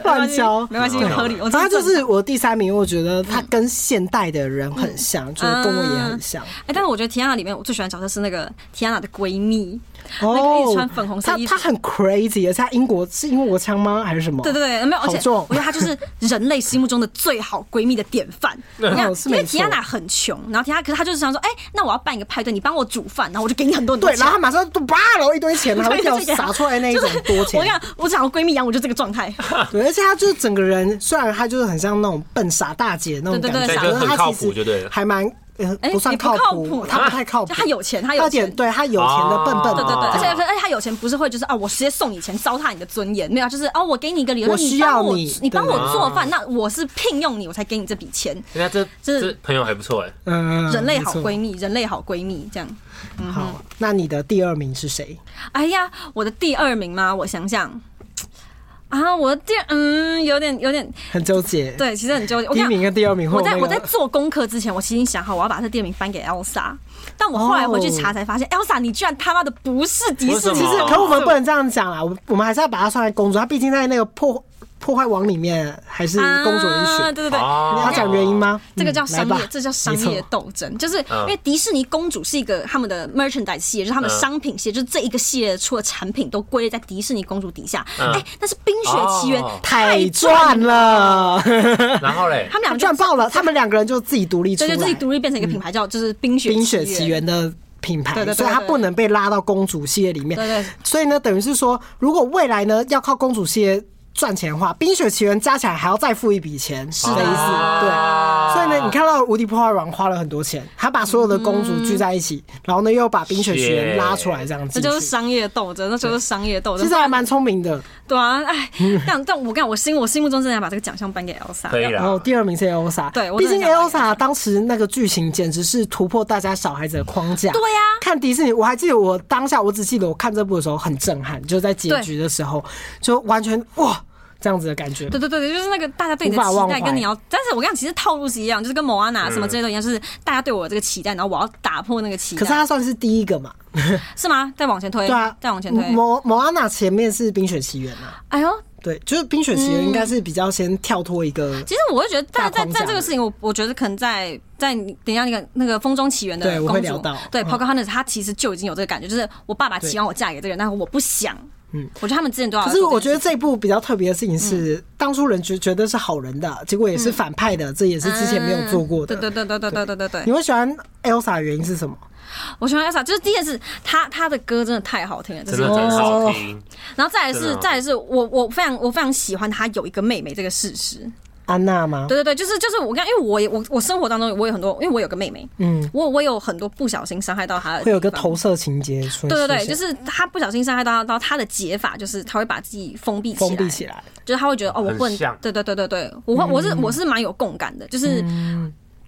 [SPEAKER 1] 乱教。
[SPEAKER 3] 没关系，没关系很合理。我
[SPEAKER 1] 反正
[SPEAKER 3] 这
[SPEAKER 1] 就是我第三名，我觉得他跟现代的人很
[SPEAKER 3] 嗯
[SPEAKER 1] 像，就是跟我也很像。
[SPEAKER 3] 哎、但是我觉得提安娜里面我最喜欢的角色是那个提安娜的闺蜜，那个一直
[SPEAKER 1] 哦
[SPEAKER 3] 穿粉红，色
[SPEAKER 1] 他
[SPEAKER 3] 衣服
[SPEAKER 1] 他。很 crazy，而且他英国是英国腔吗？还是什么？
[SPEAKER 3] 对对对，没有，而
[SPEAKER 1] 好
[SPEAKER 3] 且
[SPEAKER 1] 重
[SPEAKER 3] 我觉得她就是人类心目中的最好闺蜜的典
[SPEAKER 1] [laughs]
[SPEAKER 3] 范。你看
[SPEAKER 1] 哦，是
[SPEAKER 3] 因为
[SPEAKER 1] 没
[SPEAKER 3] 提安
[SPEAKER 1] 错
[SPEAKER 3] 娜很穷，然后提安娜可是她就是想说，哎，那我要办一个派对，你帮我煮饭，然后我就给你很多很多
[SPEAKER 1] 对，
[SPEAKER 3] 钱
[SPEAKER 1] 然后他马上就叭，然后一堆钱，然
[SPEAKER 3] [laughs]
[SPEAKER 1] 后掉撒出来那一种多
[SPEAKER 3] 我跟你
[SPEAKER 1] 钱。
[SPEAKER 3] 讲，我只想要闺蜜养我就这个状
[SPEAKER 1] [laughs]
[SPEAKER 3] 态，
[SPEAKER 1] 对，而且他就是整个人，虽然他就是很像那种笨傻大姐那种
[SPEAKER 3] 对
[SPEAKER 1] 感
[SPEAKER 3] 对
[SPEAKER 1] 觉，
[SPEAKER 3] 对
[SPEAKER 1] 可是
[SPEAKER 3] 傻
[SPEAKER 2] 很
[SPEAKER 1] 他
[SPEAKER 2] 靠
[SPEAKER 1] 其
[SPEAKER 2] 谱
[SPEAKER 1] 实
[SPEAKER 2] 就对了
[SPEAKER 1] 还蛮呃
[SPEAKER 3] 哎
[SPEAKER 1] 不算
[SPEAKER 3] 也不靠
[SPEAKER 1] 谱，
[SPEAKER 3] 谱
[SPEAKER 1] 他不太靠谱，
[SPEAKER 3] 就她有钱她有
[SPEAKER 1] 有点
[SPEAKER 3] 钱
[SPEAKER 1] 对啊他有钱的笨笨
[SPEAKER 2] 哦
[SPEAKER 1] 的，
[SPEAKER 3] 对对对，而
[SPEAKER 1] 这
[SPEAKER 3] 且
[SPEAKER 1] 样
[SPEAKER 3] 而且而且她有钱不是会就是啊，我直接送你钱糟蹋你的尊严，没有，就是哦，我给你一个理由，
[SPEAKER 1] 我
[SPEAKER 3] 那你
[SPEAKER 1] 需
[SPEAKER 3] 帮
[SPEAKER 1] 要
[SPEAKER 3] 我
[SPEAKER 1] 你
[SPEAKER 3] 你帮
[SPEAKER 1] 对
[SPEAKER 3] 我做饭，那我是聘用你，我才给你这笔钱。
[SPEAKER 2] 人家这
[SPEAKER 3] 这
[SPEAKER 2] 这朋友还不错哎，
[SPEAKER 1] 嗯
[SPEAKER 3] 人类好。
[SPEAKER 1] 没
[SPEAKER 3] 闺蜜，人类好闺蜜这样。嗯
[SPEAKER 1] 错好，那你的第二名是谁？
[SPEAKER 3] 哎呀，我的第二名吗？我想想。啊，我的第二嗯，有点有点
[SPEAKER 1] 很纠结。，
[SPEAKER 3] 对，其实很纠结。我
[SPEAKER 1] 哎第一
[SPEAKER 3] 跟
[SPEAKER 1] 名
[SPEAKER 3] 你
[SPEAKER 1] 跟
[SPEAKER 3] 讲，
[SPEAKER 1] 第二名会
[SPEAKER 3] 我
[SPEAKER 1] 有那
[SPEAKER 3] 在
[SPEAKER 1] 个，
[SPEAKER 3] 我在做功课之前，我其实已经想好我要把这第二名颁给 Elsa，但我后来回去查才发现、Elsa 你居然他妈的不是迪士
[SPEAKER 2] 为
[SPEAKER 1] 其
[SPEAKER 2] 什
[SPEAKER 3] 尼
[SPEAKER 1] 实
[SPEAKER 2] 么，
[SPEAKER 1] 可我们不能这样讲啦，我我们还是要把它算在公主，她毕竟在那个破破坏王里面还是公主一
[SPEAKER 3] 啊，
[SPEAKER 1] 选。
[SPEAKER 3] 对对对。
[SPEAKER 2] 哦
[SPEAKER 1] 你要讲原因吗？
[SPEAKER 3] 这个叫
[SPEAKER 1] 嗯
[SPEAKER 3] 商
[SPEAKER 1] 来
[SPEAKER 3] 业
[SPEAKER 1] 吧，
[SPEAKER 3] 这叫商
[SPEAKER 1] 没
[SPEAKER 3] 业
[SPEAKER 1] 错
[SPEAKER 3] 斗争，就是
[SPEAKER 2] 嗯
[SPEAKER 3] 因为迪士尼公主是一个他们的 merchandise 系列，就是他们的
[SPEAKER 2] 嗯
[SPEAKER 3] 商品系列，就是这一个系列出的产品都归类在迪士尼公主底下。
[SPEAKER 2] 嗯
[SPEAKER 3] 哎，但是《冰雪奇缘
[SPEAKER 2] 哦》
[SPEAKER 1] 太赚了，
[SPEAKER 2] [laughs] 然后嘞
[SPEAKER 3] [laughs] 他，们俩就
[SPEAKER 1] 赚爆了！ [laughs] 他们两个人就自己独立出
[SPEAKER 3] 对，
[SPEAKER 1] 来，嗯
[SPEAKER 3] 就自己独立变成一个品牌，叫就是冰雪
[SPEAKER 1] 冰雪奇缘的品牌，
[SPEAKER 3] 对对对
[SPEAKER 1] 所以它
[SPEAKER 3] 对
[SPEAKER 1] 不能被拉到公主系列里面。
[SPEAKER 3] 对对
[SPEAKER 1] 所以呢，等于是说，如果未来呢要靠公主系列赚钱的话，冰雪奇缘加起来还要再付一笔钱，是的意思。
[SPEAKER 2] 哦
[SPEAKER 1] 对，所以呢，你看到无敌破坏王花了很多钱，他把所有的公主聚在一起，然后呢又把冰雪奇缘拉出来，这样
[SPEAKER 3] 嗯这
[SPEAKER 1] 子。
[SPEAKER 3] 就是商业斗争，那就是商业斗
[SPEAKER 1] 其
[SPEAKER 3] 争
[SPEAKER 1] 实。还蛮聪明的。
[SPEAKER 3] 对啊，哎，
[SPEAKER 1] [laughs]
[SPEAKER 3] 但但我跟你讲我心我心目中真的要把这个奖项颁给 Elsa。
[SPEAKER 2] 可以
[SPEAKER 1] 然后
[SPEAKER 2] 啦，
[SPEAKER 1] 哦第二名是 Elsa，
[SPEAKER 3] 对我
[SPEAKER 1] 毕
[SPEAKER 3] 真的
[SPEAKER 1] 竟
[SPEAKER 3] 想到
[SPEAKER 1] Elsa 当时那个剧情简直是突破大家小孩子的框架。
[SPEAKER 3] 对呀
[SPEAKER 1] 看迪士尼，我还记得我当下，我只记得我看这部的时候很震撼，就是在结局的时候，就完全哇这样子的感觉。
[SPEAKER 3] 对对对对，就是那个大家对你的
[SPEAKER 1] 无法忘
[SPEAKER 3] 期
[SPEAKER 1] 怀
[SPEAKER 3] 待跟你要，但是我跟你讲，其实套路是一样，就是跟某安娜什么之类都一样，就是大家对我有这个期待，然后我要打破那个期
[SPEAKER 1] 可是
[SPEAKER 3] 待，
[SPEAKER 1] 它算是第一个嘛？
[SPEAKER 3] 是吗？再往前推，
[SPEAKER 1] 对啊，
[SPEAKER 3] 再往前推。
[SPEAKER 1] 摩摩安娜前面是《冰雪奇缘》啊，
[SPEAKER 3] 哎呦，
[SPEAKER 1] 对，就是冰雪
[SPEAKER 3] 嗯
[SPEAKER 1] 奇缘应该是比较先跳脱一个，
[SPEAKER 3] 其实我会觉得，
[SPEAKER 1] 大
[SPEAKER 3] 在在
[SPEAKER 1] 框架
[SPEAKER 3] 在这个事情，我我觉得可能在在你等一下那个那个《风中起源》的
[SPEAKER 1] 对我
[SPEAKER 3] 公
[SPEAKER 1] 会
[SPEAKER 3] 主，
[SPEAKER 1] 聊到
[SPEAKER 3] 对
[SPEAKER 1] 嗯
[SPEAKER 3] Pocahontas，她其实就已经有这个感觉，就是我爸爸期望我嫁给这个人，但我不想。嗯，我觉得他们之前都要。
[SPEAKER 1] 可是我觉得这一部比较特别的事情
[SPEAKER 3] 嗯
[SPEAKER 1] 是，当初人觉觉得是好人的，结果也是反派的，这也是之前没有做过的。
[SPEAKER 3] 嗯对对对对对对对对
[SPEAKER 1] 你。会喜欢 Elsa 的原因是什么？
[SPEAKER 3] 我喜欢 Elsa，就是第一件事，她她的歌真的太好听了，这
[SPEAKER 2] 真
[SPEAKER 3] 是
[SPEAKER 2] 的
[SPEAKER 3] 我。
[SPEAKER 2] 很好听。
[SPEAKER 3] 然后再来是
[SPEAKER 2] 真的
[SPEAKER 3] 再来是我我非常我非常喜欢她有一个妹妹这个事实。
[SPEAKER 1] 安娜吗？
[SPEAKER 3] 对对对，就是就是我刚，因为我也我我生活当中我有很多，因为我有个妹妹，
[SPEAKER 1] 嗯，
[SPEAKER 3] 我我有很多不小心伤害到她的地方，
[SPEAKER 1] 会有一个投射情节出
[SPEAKER 3] 对对对，
[SPEAKER 1] 出现
[SPEAKER 3] 就是他不小心伤害到到他的解法，就是他会把自己封闭起来，
[SPEAKER 1] 封闭起来。嗯
[SPEAKER 3] 就是他会觉得哦，我不
[SPEAKER 2] 很
[SPEAKER 3] 能
[SPEAKER 2] 像，
[SPEAKER 3] 对对对对对，我会我是我是蛮有共感的，就是。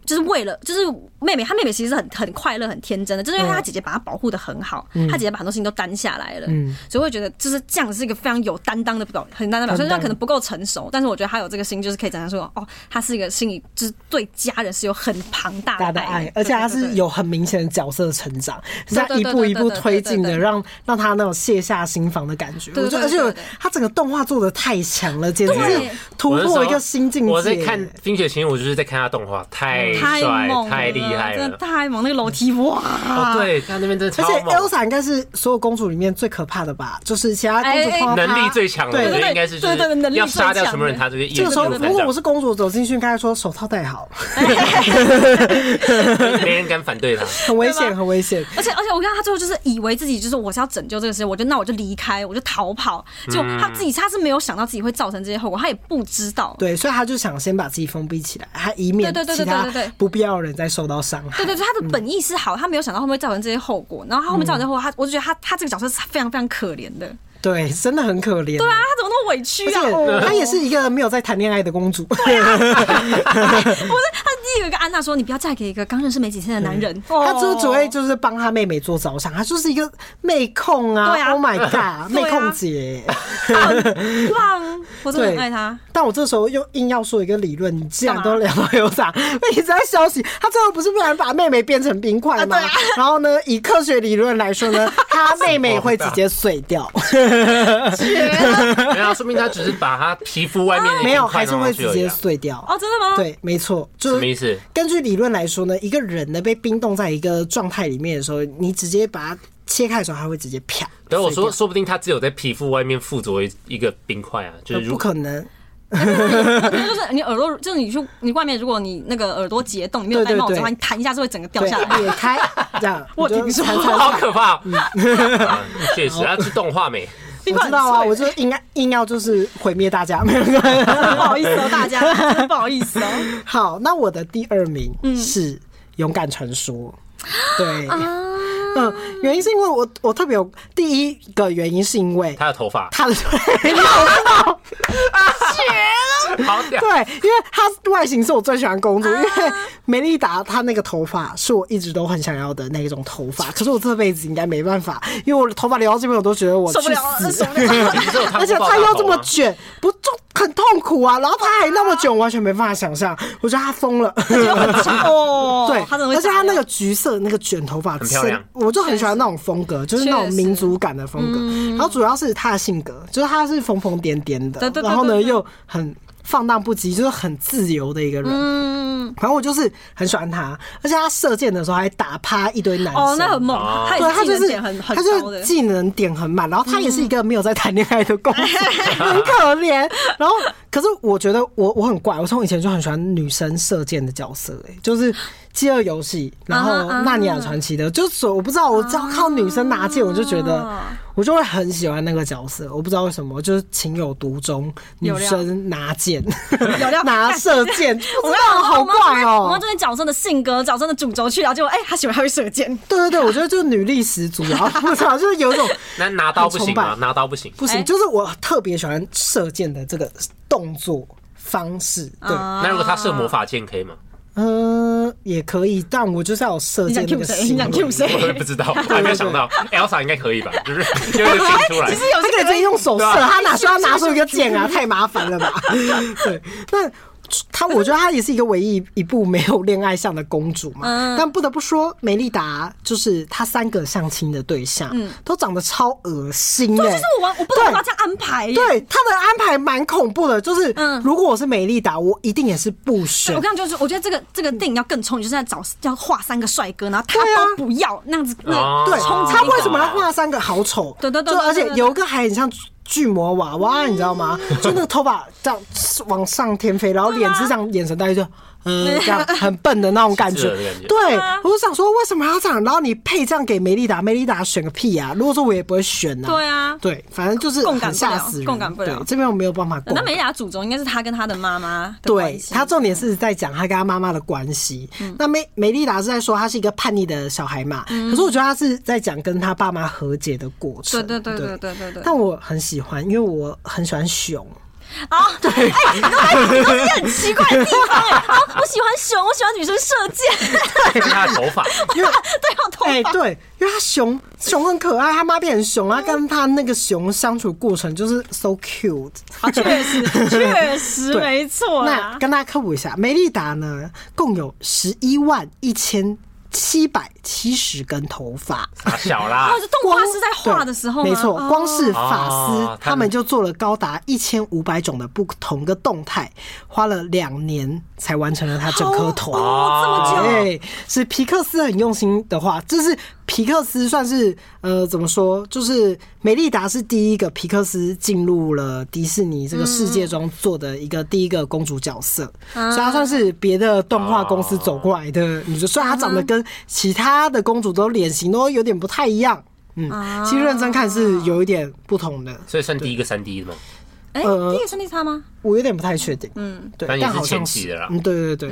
[SPEAKER 3] 就是为了，就是妹妹，她妹妹其实是很很快乐、很天真的，就是因为
[SPEAKER 1] 嗯
[SPEAKER 3] 她姐姐把她保护的很好，她姐姐把很多事情都担下来了，所以我会觉得就是这样是一个非常有担当的表，很担当的表现。虽
[SPEAKER 1] 嗯担当
[SPEAKER 3] 然可能不够成熟，但是我觉得她有这个心，就是可以展现说，哦，她是一个心里就是对家人是有很庞大
[SPEAKER 1] 大
[SPEAKER 3] 的
[SPEAKER 1] 的爱，而
[SPEAKER 3] 对
[SPEAKER 1] 且他
[SPEAKER 3] 对对
[SPEAKER 1] 是有很明显的角色成长，是
[SPEAKER 3] 对
[SPEAKER 1] 他
[SPEAKER 3] 对
[SPEAKER 1] 一
[SPEAKER 3] 对
[SPEAKER 1] 步
[SPEAKER 3] 对
[SPEAKER 1] 一
[SPEAKER 3] 对
[SPEAKER 1] 步
[SPEAKER 3] 对
[SPEAKER 1] 推
[SPEAKER 3] 对对
[SPEAKER 1] 进的，
[SPEAKER 3] 对
[SPEAKER 1] 让让他那种卸下心防的感觉。
[SPEAKER 3] 对
[SPEAKER 1] 我觉
[SPEAKER 3] 对
[SPEAKER 1] 得，而
[SPEAKER 3] 对对
[SPEAKER 1] 且
[SPEAKER 3] 对
[SPEAKER 1] 他整个动画做的太强了，简直是
[SPEAKER 3] 对
[SPEAKER 1] 突
[SPEAKER 2] 我那时
[SPEAKER 1] 破
[SPEAKER 2] 候
[SPEAKER 1] 一个新境界。
[SPEAKER 2] 我在看《冰雪奇缘》，我就是在看他动画，太
[SPEAKER 3] 太
[SPEAKER 2] 帅
[SPEAKER 3] 猛、
[SPEAKER 2] 太厉害
[SPEAKER 3] 真的
[SPEAKER 2] 了。
[SPEAKER 3] 太猛！那个楼梯哇，
[SPEAKER 2] 哦，对，他那边真的
[SPEAKER 1] 而
[SPEAKER 2] 超
[SPEAKER 1] 且
[SPEAKER 2] 猛，
[SPEAKER 1] Elsa 应该是所有公主里面最可怕的吧？就是哦其他公主
[SPEAKER 3] 哎
[SPEAKER 1] 碰到她
[SPEAKER 2] 能力最强的，
[SPEAKER 1] 对
[SPEAKER 2] 我觉
[SPEAKER 1] 对
[SPEAKER 2] 得
[SPEAKER 1] 对
[SPEAKER 2] 应该是就
[SPEAKER 3] 对对对能
[SPEAKER 2] 是
[SPEAKER 3] 力
[SPEAKER 2] 要杀掉
[SPEAKER 3] 最强
[SPEAKER 2] 什么人，
[SPEAKER 3] 的
[SPEAKER 2] 他就一
[SPEAKER 1] 这个时候，
[SPEAKER 2] 眼睛就
[SPEAKER 1] 如
[SPEAKER 2] 看
[SPEAKER 1] 果
[SPEAKER 2] 到
[SPEAKER 1] 我 [laughs] 是公主走进去，应该说手套戴好，
[SPEAKER 2] 没人敢反对
[SPEAKER 1] [laughs]
[SPEAKER 2] 他。
[SPEAKER 1] 很危险，很危险。
[SPEAKER 3] [laughs] 而且而且我看他最后就是以为自己就是我是要拯救这个世界，我就那我就离开，我就逃跑。就他自己他是没有想到自己会造成这些后果，他也不知道。
[SPEAKER 1] 对，所以他就想先把自己封闭起来，他以免
[SPEAKER 3] 对对对
[SPEAKER 1] 其
[SPEAKER 3] 对
[SPEAKER 1] 他
[SPEAKER 3] 对对对
[SPEAKER 1] 不必要的人再受到伤害
[SPEAKER 3] 对。对对，
[SPEAKER 1] 嗯
[SPEAKER 3] 他的本意是好，他没有想到后面会造成这些后果。然后他后面造成这些后果，他我就觉得他他这个角色是非常非常可怜的啊！
[SPEAKER 1] 对，真的很可怜。对
[SPEAKER 3] 他怎么那么委屈啊？
[SPEAKER 1] 而
[SPEAKER 3] 哦
[SPEAKER 1] 且她也是一个没有在谈恋爱的公主。
[SPEAKER 3] 啊不是他第一个跟安娜说：“你不要嫁给一个刚认识没几天的男人。”
[SPEAKER 1] 他就
[SPEAKER 3] 哦
[SPEAKER 1] 只会就是帮他妹妹做着想，他就是一个妹控啊
[SPEAKER 3] 对啊
[SPEAKER 1] ！Oh my
[SPEAKER 3] [laughs]
[SPEAKER 1] god，妹
[SPEAKER 3] 对啊
[SPEAKER 1] 控姐。
[SPEAKER 3] 很棒，我真的
[SPEAKER 1] 对
[SPEAKER 3] 很爱他。
[SPEAKER 1] 但我这时候又硬要说一个理论，你既然
[SPEAKER 3] 干嘛
[SPEAKER 1] 都聊到有啥， [laughs] 那你在消息，他最后不是不然把妹妹变成冰块
[SPEAKER 3] 啊
[SPEAKER 1] 吗？然后呢，以科学理论来说呢，他妹妹会直接碎掉，
[SPEAKER 2] 没有啊，说明他只是把他皮肤外面的一
[SPEAKER 1] 没有，
[SPEAKER 2] 片块
[SPEAKER 1] 还是会
[SPEAKER 2] 弄上去
[SPEAKER 1] 直
[SPEAKER 2] 而已
[SPEAKER 1] 接
[SPEAKER 2] 啊
[SPEAKER 1] 碎掉。
[SPEAKER 3] 哦，真的吗？
[SPEAKER 1] 对，没错，就
[SPEAKER 2] 什么意
[SPEAKER 1] 是
[SPEAKER 2] 思？
[SPEAKER 1] 根据理论来说呢，一个人呢被冰冻在一个状态里面的时候，你直接把它切开的时候，它会直接啪。
[SPEAKER 2] 对，我
[SPEAKER 1] 碎
[SPEAKER 2] 说，
[SPEAKER 1] 掉
[SPEAKER 2] 说不定他只有在皮肤外面附着一一个冰块啊，就
[SPEAKER 1] 呃
[SPEAKER 2] 是
[SPEAKER 1] 不
[SPEAKER 2] 如
[SPEAKER 1] 可能，
[SPEAKER 3] 就是你耳朵，就是你去你外面，如果你那个耳朵结冻，你没有戴帽子的话，你弹一下是会整个掉
[SPEAKER 1] 对，
[SPEAKER 3] 下来。
[SPEAKER 1] 裂开这样。
[SPEAKER 3] [laughs] 我
[SPEAKER 1] 你就
[SPEAKER 3] 听说
[SPEAKER 1] 铲铲
[SPEAKER 2] [laughs] 好
[SPEAKER 1] 铲
[SPEAKER 2] 可
[SPEAKER 1] [laughs]
[SPEAKER 2] 怕哦。
[SPEAKER 1] 嗯
[SPEAKER 2] 啊确实，他是动画美，
[SPEAKER 1] 我知道啊，我就硬要硬要就是毁灭大家，没有关系。
[SPEAKER 3] 不好意思哦，大家， [laughs] 真的不好意思哦。嗯
[SPEAKER 1] 好，那我的第二名是《勇敢传说》
[SPEAKER 3] [gasps]
[SPEAKER 1] 对，
[SPEAKER 3] 啊
[SPEAKER 1] 嗯，原因是因为我我特别有第一个原因是因为
[SPEAKER 2] 他的
[SPEAKER 1] [laughs]
[SPEAKER 2] 头发
[SPEAKER 1] 他的
[SPEAKER 2] 好屌，
[SPEAKER 1] 对，因为他外形是我最喜欢的公主，因为梅丽达她那个头发是我一直都很想要的那一种头发，可是我这辈子应该没办法，因为我的头发留到这边我都觉得我
[SPEAKER 3] 受不
[SPEAKER 1] 去
[SPEAKER 3] 了
[SPEAKER 1] 死，
[SPEAKER 3] 受不了
[SPEAKER 2] 你是有看过
[SPEAKER 1] 而且
[SPEAKER 2] 报
[SPEAKER 1] 他
[SPEAKER 2] 道
[SPEAKER 1] 又这么
[SPEAKER 2] 吗
[SPEAKER 1] 卷，不就很痛苦啊？然后他还那么卷，我完全没办法想象，我觉得他疯了。
[SPEAKER 3] 哦，
[SPEAKER 1] 对，
[SPEAKER 3] 他怎么会
[SPEAKER 1] 而且
[SPEAKER 3] 这样？
[SPEAKER 1] 他那个橘色那个卷头发，
[SPEAKER 2] 很漂
[SPEAKER 1] 深
[SPEAKER 2] 亮
[SPEAKER 1] 我就很喜欢那种风格，就是那种
[SPEAKER 3] 确实嗯
[SPEAKER 1] 民族感的风格。然后主要是他的性格，就是他是疯疯癫癫的
[SPEAKER 3] 对，对对
[SPEAKER 1] 然后呢
[SPEAKER 3] 对对
[SPEAKER 1] 又很放荡不羁，就是很自由的一个人。
[SPEAKER 3] 嗯，
[SPEAKER 1] 反正我就是很喜欢他，而且他射箭的时候还打趴一堆男生。
[SPEAKER 3] 哦，那很猛，他
[SPEAKER 1] 对，他
[SPEAKER 3] 也
[SPEAKER 1] 就是是
[SPEAKER 3] 技能点很
[SPEAKER 1] 他
[SPEAKER 3] 很
[SPEAKER 1] 就
[SPEAKER 3] 高
[SPEAKER 1] 是
[SPEAKER 3] 的。嗯
[SPEAKER 1] 技能点很满，然后他也是一个没有在谈恋爱的公主，
[SPEAKER 3] [laughs]
[SPEAKER 1] 很可怜。然后，可是我觉得我我很怪，我从以前就很喜欢女生射箭的角色、欸，就是《饥饿游戏》，然后
[SPEAKER 3] 啊哈啊
[SPEAKER 1] 《
[SPEAKER 3] 哈啊
[SPEAKER 1] 纳尼亚传奇》的，就是我不知道，我只要靠女生拿剑，我就觉得我就会很喜欢那个角色，我不知道为什么，就是情有独钟，女
[SPEAKER 3] 有料
[SPEAKER 1] 生拿剑
[SPEAKER 3] 有
[SPEAKER 1] [laughs]
[SPEAKER 3] 料，
[SPEAKER 1] 拿射
[SPEAKER 3] [laughs]
[SPEAKER 1] 箭，不
[SPEAKER 3] 我
[SPEAKER 1] 知
[SPEAKER 3] 们
[SPEAKER 1] 道好怪
[SPEAKER 3] 我
[SPEAKER 1] 哦
[SPEAKER 3] 们。这边角色的性格、角色的主轴去聊，结果哎，他喜欢他会射箭，
[SPEAKER 1] 对对对，我觉得就是女力十足，然后不知道就是有一种。
[SPEAKER 2] 那拿刀不行
[SPEAKER 1] 很
[SPEAKER 2] 吗
[SPEAKER 1] 崇？拜
[SPEAKER 2] 拿刀不行，
[SPEAKER 1] 不行，
[SPEAKER 3] 哎
[SPEAKER 1] 就是我特别喜欢射箭的这个动作方式。
[SPEAKER 3] 嗯
[SPEAKER 1] 对，
[SPEAKER 3] 啊
[SPEAKER 2] 那如果他射魔法剑可以吗？
[SPEAKER 1] 嗯、也可以，但我就是要有射
[SPEAKER 3] 你
[SPEAKER 1] 箭
[SPEAKER 3] 想
[SPEAKER 1] 那
[SPEAKER 3] Q
[SPEAKER 1] 个
[SPEAKER 3] 谁？你
[SPEAKER 1] 行
[SPEAKER 3] 想
[SPEAKER 1] 为
[SPEAKER 3] Q。谁？ [laughs]
[SPEAKER 2] 我也不知道，
[SPEAKER 1] [laughs]
[SPEAKER 2] 我还没有想到。Elsa 应该可以吧？就是就个听出来
[SPEAKER 3] 其，实有
[SPEAKER 1] 他
[SPEAKER 3] 些
[SPEAKER 1] 可以直接用手射，
[SPEAKER 2] 对
[SPEAKER 1] [laughs]
[SPEAKER 2] 啊
[SPEAKER 1] 他哪需要拿出一个箭啊？太麻烦了吧？对，那她我觉得她也是一个唯一一部没有恋爱相的公主嘛。
[SPEAKER 3] 嗯
[SPEAKER 1] 但不得不说，美丽达就是她三个相亲的对象，都长得超恶心
[SPEAKER 3] 嗯对，
[SPEAKER 1] 哎、
[SPEAKER 3] 啊就是我完，我不懂他这样安排耶。
[SPEAKER 1] 对她的安排蛮恐怖的，就是
[SPEAKER 3] 嗯
[SPEAKER 1] 如果我是美丽达，我一定也是不
[SPEAKER 3] 对，
[SPEAKER 1] 选
[SPEAKER 3] 我跟你讲，就是我觉得这个这个电影要更冲，你就是在找要画三个帅哥，然后他
[SPEAKER 1] 对啊
[SPEAKER 3] 都不要那样子，那
[SPEAKER 2] 哦
[SPEAKER 1] 对，
[SPEAKER 3] 个冲击
[SPEAKER 1] 他
[SPEAKER 3] 力
[SPEAKER 1] 为什
[SPEAKER 3] 很
[SPEAKER 1] 么要
[SPEAKER 3] 大
[SPEAKER 1] 画三个好丑？
[SPEAKER 3] 对对对
[SPEAKER 1] 就
[SPEAKER 3] 对
[SPEAKER 1] 而且
[SPEAKER 3] 对对嗯
[SPEAKER 1] 有一个还很像巨魔娃娃，你知道吗？就那个头发这样往上天飞，然后脸是这样，眼神大概就嗯这样很笨的那种感
[SPEAKER 2] [laughs] 是
[SPEAKER 1] 觉
[SPEAKER 2] 的感觉。
[SPEAKER 1] 对
[SPEAKER 3] 啊，
[SPEAKER 1] 我就想说为什么要这样？然后你配这样给梅丽达，梅丽达选个屁啊！如果说我也不会选呐。
[SPEAKER 3] 对啊
[SPEAKER 1] 对，反正就是
[SPEAKER 3] 共
[SPEAKER 1] 很
[SPEAKER 3] 感不
[SPEAKER 1] 吓
[SPEAKER 3] 了
[SPEAKER 1] 死人，
[SPEAKER 3] 共感不了
[SPEAKER 1] 对这边我没有办法共
[SPEAKER 3] 那
[SPEAKER 1] 感。
[SPEAKER 3] 美雅祖宗应该是他跟他的妈妈的
[SPEAKER 1] 对
[SPEAKER 3] 关系嗯
[SPEAKER 1] 他重点是在讲他跟他妈妈的关系。那美美丽达是在说他是一个叛逆的小孩嘛，可是我觉得他是在讲跟他爸妈和解的过程。
[SPEAKER 3] 对对对对对对对。
[SPEAKER 1] 但我很喜欢，因为我很喜欢熊。
[SPEAKER 3] 啊，对，哎，你都在讲到一个很奇怪的地方哎，啊，我喜欢熊，我喜欢女生射箭，
[SPEAKER 2] 是他的头发，
[SPEAKER 1] 因为
[SPEAKER 3] 对， [laughs] 啊我头
[SPEAKER 1] 哎、
[SPEAKER 3] 发，
[SPEAKER 1] 对，因为他熊熊很可爱，他妈变成熊，
[SPEAKER 3] 嗯
[SPEAKER 1] 他跟他那个熊相处过程就是 so cute。[laughs]
[SPEAKER 3] 确实确实
[SPEAKER 1] 对
[SPEAKER 3] 没错啊
[SPEAKER 1] 那
[SPEAKER 3] 啦。
[SPEAKER 1] 跟大家科普一下，梅丽达呢共有十一万一千七百七十根头发。
[SPEAKER 2] 傻啊小
[SPEAKER 1] [laughs]
[SPEAKER 2] 啦
[SPEAKER 3] 哦，，是动
[SPEAKER 1] 光
[SPEAKER 3] 画师在画的时候吗？
[SPEAKER 1] 对没错，
[SPEAKER 3] 哦
[SPEAKER 1] 光是发丝，
[SPEAKER 2] 哦他们
[SPEAKER 1] 他们就做了高达一千五百种的不同的动态，花了两年才完成了他整颗头。
[SPEAKER 3] 哦，这么久，
[SPEAKER 1] 对，是皮克斯很用心的话，这是皮克斯算是呃怎么说，就是美利达是第一个皮克斯进入了迪士尼这个世界中做的一个第一个公主角色，
[SPEAKER 3] 啊
[SPEAKER 1] 所以她算是别的动画公司走过来的女主，虽然她长得跟其他的公主都脸型都有点不太一样。嗯，
[SPEAKER 3] 啊
[SPEAKER 1] 其实认真看是有一点不同的，
[SPEAKER 2] 所以算第一个三 D 的嘛。
[SPEAKER 3] 哎，
[SPEAKER 1] 呃
[SPEAKER 3] 第一个兄弟差吗？
[SPEAKER 1] 我有点不太确定。嗯，对，
[SPEAKER 2] 但也是
[SPEAKER 1] 好像
[SPEAKER 2] 前期的啦
[SPEAKER 1] 嗯，对对对，